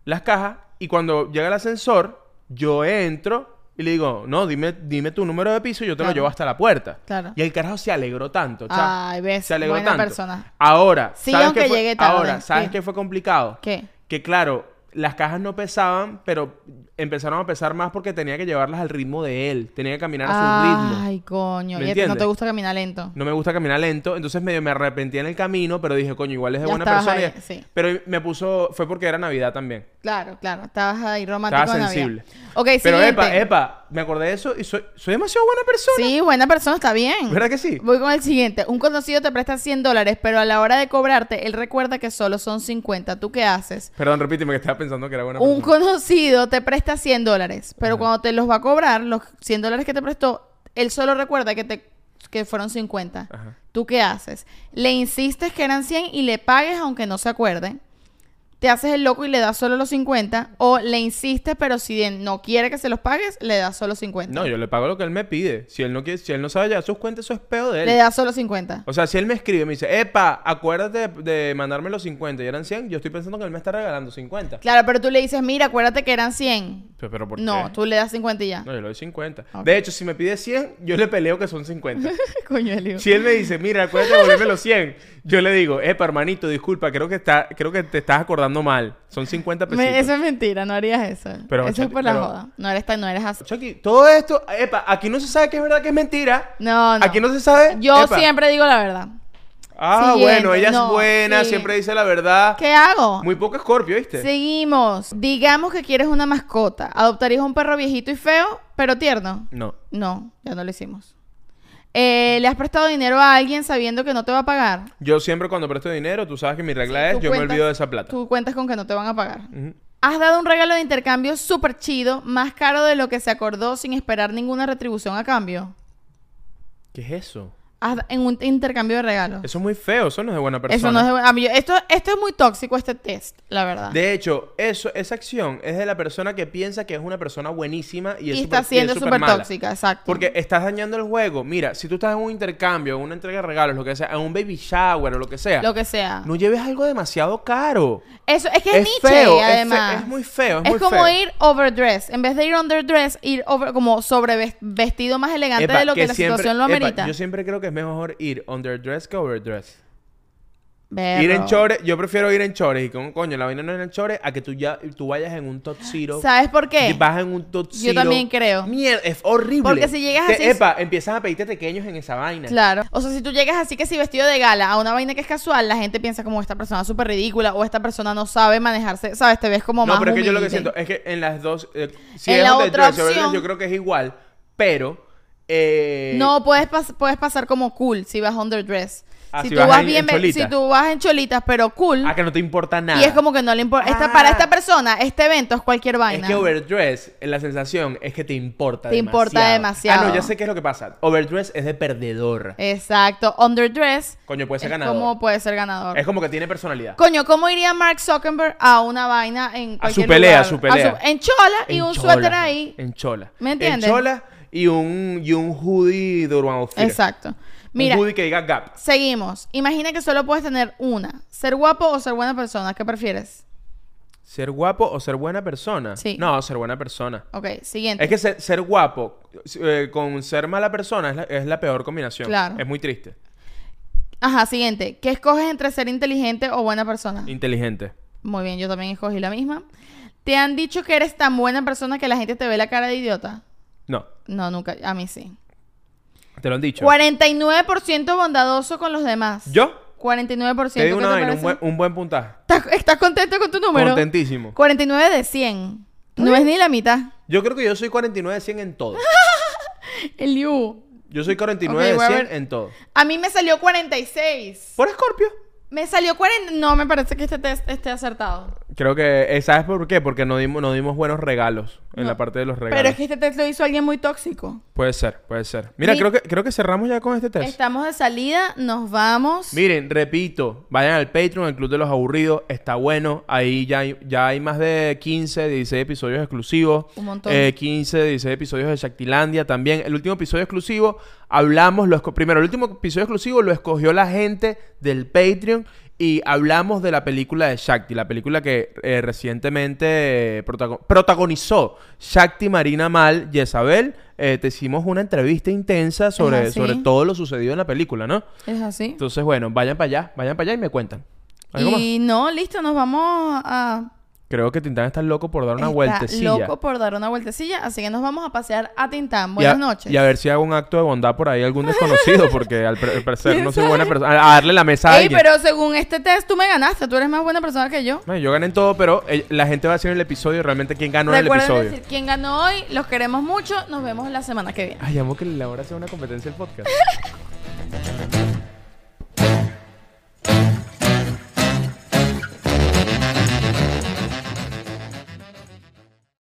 S1: las cajas, y cuando llega el ascensor, yo entro y le digo, no, dime, dime tu número de piso y yo te
S2: Claro.
S1: lo llevo hasta la puerta.
S2: Claro.
S1: Y el carajo se alegró tanto. cha.
S2: Ay, ves,
S1: Se alegró
S2: buena
S1: tanto.
S2: persona.
S1: Ahora,
S2: Sí,
S1: ¿sabes
S2: aunque
S1: qué fue-
S2: llegué tarde,
S1: Ahora, ¿sabes
S2: sí.
S1: qué fue complicado?
S2: ¿Qué?
S1: que claro, las cajas no pesaban, pero empezaron a pesar más porque tenía que llevarlas al ritmo de él, tenía que caminar a su ritmo.
S2: Ay, coño.
S1: ¿Me
S2: Y a ti no te
S1: entiendes?
S2: gusta caminar lento.
S1: No me gusta caminar lento, entonces medio me arrepentí en el camino, pero dije, coño, igual es de
S2: Ya
S1: buena
S2: estabas
S1: persona.
S2: ahí,
S1: y-
S2: sí.
S1: Pero me puso, fue porque era Navidad también.
S2: Claro, claro. Estabas ahí romántico
S1: Estaba
S2: de Navidad.
S1: sensible.
S2: Ok,
S1: Pero
S2: siguiente.
S1: epa, epa, me acordé de eso y soy, soy demasiado buena persona.
S2: Sí, buena persona, está bien.
S1: ¿Verdad que sí?
S2: Voy con el siguiente. Un conocido te presta 100 dólares, pero a la hora de cobrarte, él recuerda que solo son 50. ¿Tú qué haces?
S1: Perdón, repíteme que estaba pensando que era buena
S2: Un
S1: persona.
S2: conocido te presta 100 dólares, pero cuando te los va a cobrar, los 100 dólares que te prestó, él solo recuerda que te que fueron 50.
S1: Ajá.
S2: ¿Tú qué haces? Le insistes que eran 100 y le pagues aunque no se acuerde. Te haces el loco y le das solo los 50. O le insistes, pero si él no quiere que se los pagues, le das solo 50.
S1: No, yo le pago lo que él me pide. Si él no quiere, si él no sabe llevar sus cuentas, eso es peo de él.
S2: Le das solo 50.
S1: O sea, si él me escribe y me dice, epa, acuérdate de, de mandarme los 50 y eran 100, yo estoy pensando que él me está regalando 50.
S2: Claro, pero tú le dices, mira, acuérdate que eran 100.
S1: Pero, pero ¿por
S2: No,
S1: qué?
S2: tú le das 50 y ya.
S1: No, yo le doy 50.
S2: Ok.
S1: De hecho, si me pide 100, yo le peleo que son 50.
S2: Coño, Elio.
S1: si él me dice, mira, acuérdate de volverme los 100, yo le digo, epa, hermanito, disculpa, creo que, está, creo que te estás acordando mal. Son 50
S2: Me-
S1: pesitos.
S2: eso es mentira, no harías eso.
S1: Pero,
S2: eso es
S1: Chati,
S2: por la
S1: pero-
S2: joda. No eres, tan, no eres así.
S1: Chucky, todo esto, epa, aquí no se sabe que es verdad que es mentira.
S2: No, no.
S1: Aquí no se sabe.
S2: Yo
S1: epa.
S2: siempre digo la verdad.
S1: Ah,
S2: Siguiente,
S1: bueno, ella
S2: no,
S1: es buena,
S2: sí.
S1: siempre dice la verdad.
S2: ¿Qué hago?
S1: Muy poco escorpio, ¿viste?
S2: Seguimos. Digamos que quieres una mascota. ¿Adoptarías un perro viejito y feo, pero tierno?
S1: No.
S2: No, ya no lo hicimos. Eh, ¿Le has prestado dinero a alguien sabiendo que no te va a pagar?
S1: Yo siempre cuando presto dinero, tú sabes que mi regla
S2: Tú
S1: es, yo me
S2: cuentas-
S1: olvido de esa plata.
S2: Tú cuentas con que no te van a pagar.
S1: Ujú.
S2: Has dado un regalo de intercambio súper chido, más caro de lo que se acordó sin esperar ninguna retribución a cambio.
S1: ¿Qué es eso?
S2: haz- en un intercambio de regalos.
S1: Eso es muy feo, eso no es de buena persona.
S2: Eso no es de bu- a mí yo- esto, esto es muy tóxico, este test, la verdad.
S1: De hecho, eso, esa acción es de la persona que piensa que es una persona buenísima y es
S2: y está
S1: super- y es
S2: siendo
S1: super
S2: súper
S1: mala.
S2: tóxica, exacto.
S1: Porque estás dañando el juego. Mira, si tú estás en un intercambio, en una entrega de regalos, lo que sea, en un baby shower o lo que sea,
S2: lo que sea.
S1: no lleves algo demasiado caro.
S2: Eso es que es,
S1: Es
S2: Nietzsche,
S1: feo, es fe-
S2: además.
S1: es muy feo, es
S2: Es
S1: muy
S2: como
S1: feo.
S2: ir overdress. En vez de ir underdress, ir over, como sobrevestido más elegante
S1: Epa,
S2: de lo que, la
S1: siempre-
S2: situación lo
S1: epa,
S2: amerita.
S1: yo siempre creo que es mejor ir underdress que overdress.
S2: Berro.
S1: Ir en chores, yo prefiero ir en chores y con coño, la vaina no es en chores a que tú ya tú vayas en un top zero.
S2: ¿Sabes por qué?
S1: Y vas en un top
S2: Yo también creo.
S1: Mierda, es horrible.
S2: Porque si llegas
S1: Te-
S2: así-
S1: Epa, empiezas a pedirte pequeños en esa vaina.
S2: Claro. O sea, si tú llegas así que si vestido de gala a una vaina que es casual, la gente piensa como esta persona es súper ridícula o esta persona no sabe manejarse, ¿sabes? Te ves como más
S1: No, pero es que yo lo que
S2: humilde.
S1: siento es que en las dos. eh, si
S2: En
S1: es
S2: la
S1: donde
S2: otra
S1: dress, overdress,
S2: opción-
S1: yo creo que es igual, pero. eh,
S2: No, puedes, pas- puedes pasar como cool si vas underdress.
S1: Ah,
S2: si,
S1: si
S2: tú
S1: vas
S2: vas
S1: en-
S2: bien,
S1: en
S2: ve- si
S1: cholitas.
S2: tú vas en cholitas, pero cool.
S1: A que no te importa nada.
S2: Y es como que no le importa.
S1: Ah.
S2: para esta persona, este evento es cualquier
S1: Es
S2: vaina.
S1: que overdress, eh, la sensación es que te importa
S2: Te importa demasiado.
S1: Ah, no, ya sé qué es lo que pasa. Overdress es de perdedor.
S2: Exacto. Underdress.
S1: Coño, puede ser
S2: es
S1: ganador.
S2: como puede ser ganador.
S1: Es como que tiene personalidad.
S2: Coño, ¿cómo iría Mark Zuckerberg a una vaina en
S1: A su
S2: cualquier
S1: pelea, a
S2: lugar?
S1: su pelea.
S2: en chola y
S1: En
S2: un
S1: chola,
S2: suéter ahí.
S1: En chola.
S2: ¿Me entiendes?
S1: En chola y un, y un hoodie de Urban Outfitters.
S2: Exacto. Mira,
S1: Un hoodie que diga Gap.
S2: seguimos. Imagina que solo puedes tener una. ¿Ser guapo o ser buena persona? ¿Qué prefieres?
S1: ¿Ser guapo o ser buena persona?
S2: Sí.
S1: No, ser buena persona.
S2: Ok, siguiente.
S1: Es que ser, ser guapo eh, con ser mala persona es la, es la peor combinación.
S2: Claro.
S1: Es muy triste.
S2: Ajá, siguiente. ¿Qué escoges entre ser inteligente o buena persona?
S1: Inteligente.
S2: Muy bien, yo también escogí la misma. ¿Te han dicho que eres tan buena persona que la gente te ve la cara de idiota?
S1: No,
S2: No, nunca. A mí sí.
S1: te lo han dicho.
S2: 49% bondadoso con los demás.
S1: ¿Yo?
S2: 49%.
S1: Te digo
S2: ¿qué
S1: una
S2: te
S1: vaina, un
S2: parece?
S1: buen, un buen puntaje.
S2: ¿Estás, estás contento con tu número?
S1: Contentísimo.
S2: 49 de 100. No es ni la mitad.
S1: Yo creo que yo soy 49 de 100 en todo.
S2: El U.
S1: Yo soy 49
S2: Ok, voy a
S1: de 100
S2: ver.
S1: en todo.
S2: A mí me salió 46.
S1: ¿Por Scorpio?
S2: Me salió 40. No, me parece que este test esté acertado.
S1: Creo que, eh, ¿sabes por qué? Porque no dimos, no dimos buenos regalos en
S2: No.
S1: la parte de los regalos.
S2: Pero es que este test lo hizo alguien muy tóxico.
S1: Puede ser, puede ser. Mira,
S2: Mi-
S1: creo, que, creo que cerramos ya con este test.
S2: Estamos de salida, nos vamos.
S1: Miren, repito, vayan al Patreon, al Club de los Aburridos, está bueno. Ahí ya hay, ya hay más de 15, 16 episodios exclusivos.
S2: Un montón.
S1: Eh, 15, 16 episodios de Shaktilandia también. El último episodio exclusivo, hablamos, lo esco- primero, el último episodio exclusivo lo escogió la gente del Patreon y hablamos de la película de Shakti, la película que eh, recientemente eh, protago- protagonizó Shakti Marina Mal, Jezabel. Eh, te hicimos una entrevista intensa sobre,
S2: así.
S1: sobre todo lo sucedido en la película, ¿no?
S2: Es así.
S1: Entonces, bueno, vayan para allá, vayan para allá y me cuentan. ¿Algo más?
S2: Y no, listo, nos vamos a.
S1: Creo que Tintán está loco por dar una
S2: Está
S1: vueltecilla.
S2: loco por dar una vueltecilla, así que nos vamos a pasear a Tintán.
S1: Y a-
S2: Buenas noches.
S1: Y a ver si hago un acto de bondad por ahí a algún desconocido, porque al, pre- al parecer
S2: ¿Quién
S1: no soy
S2: sabe?
S1: buena persona. A a darle la mesa a
S2: Ey,
S1: alguien.
S2: pero según este test, tú me ganaste. Tú eres más buena persona que yo.
S1: Bueno, yo gané en todo, pero eh, la gente va a decir en el episodio realmente quién ganó en el
S2: Recuerden
S1: episodio.
S2: decir quién ganó hoy. Los queremos mucho. Nos vemos la semana que viene.
S1: Ay, amo que la hora sea una competencia el podcast.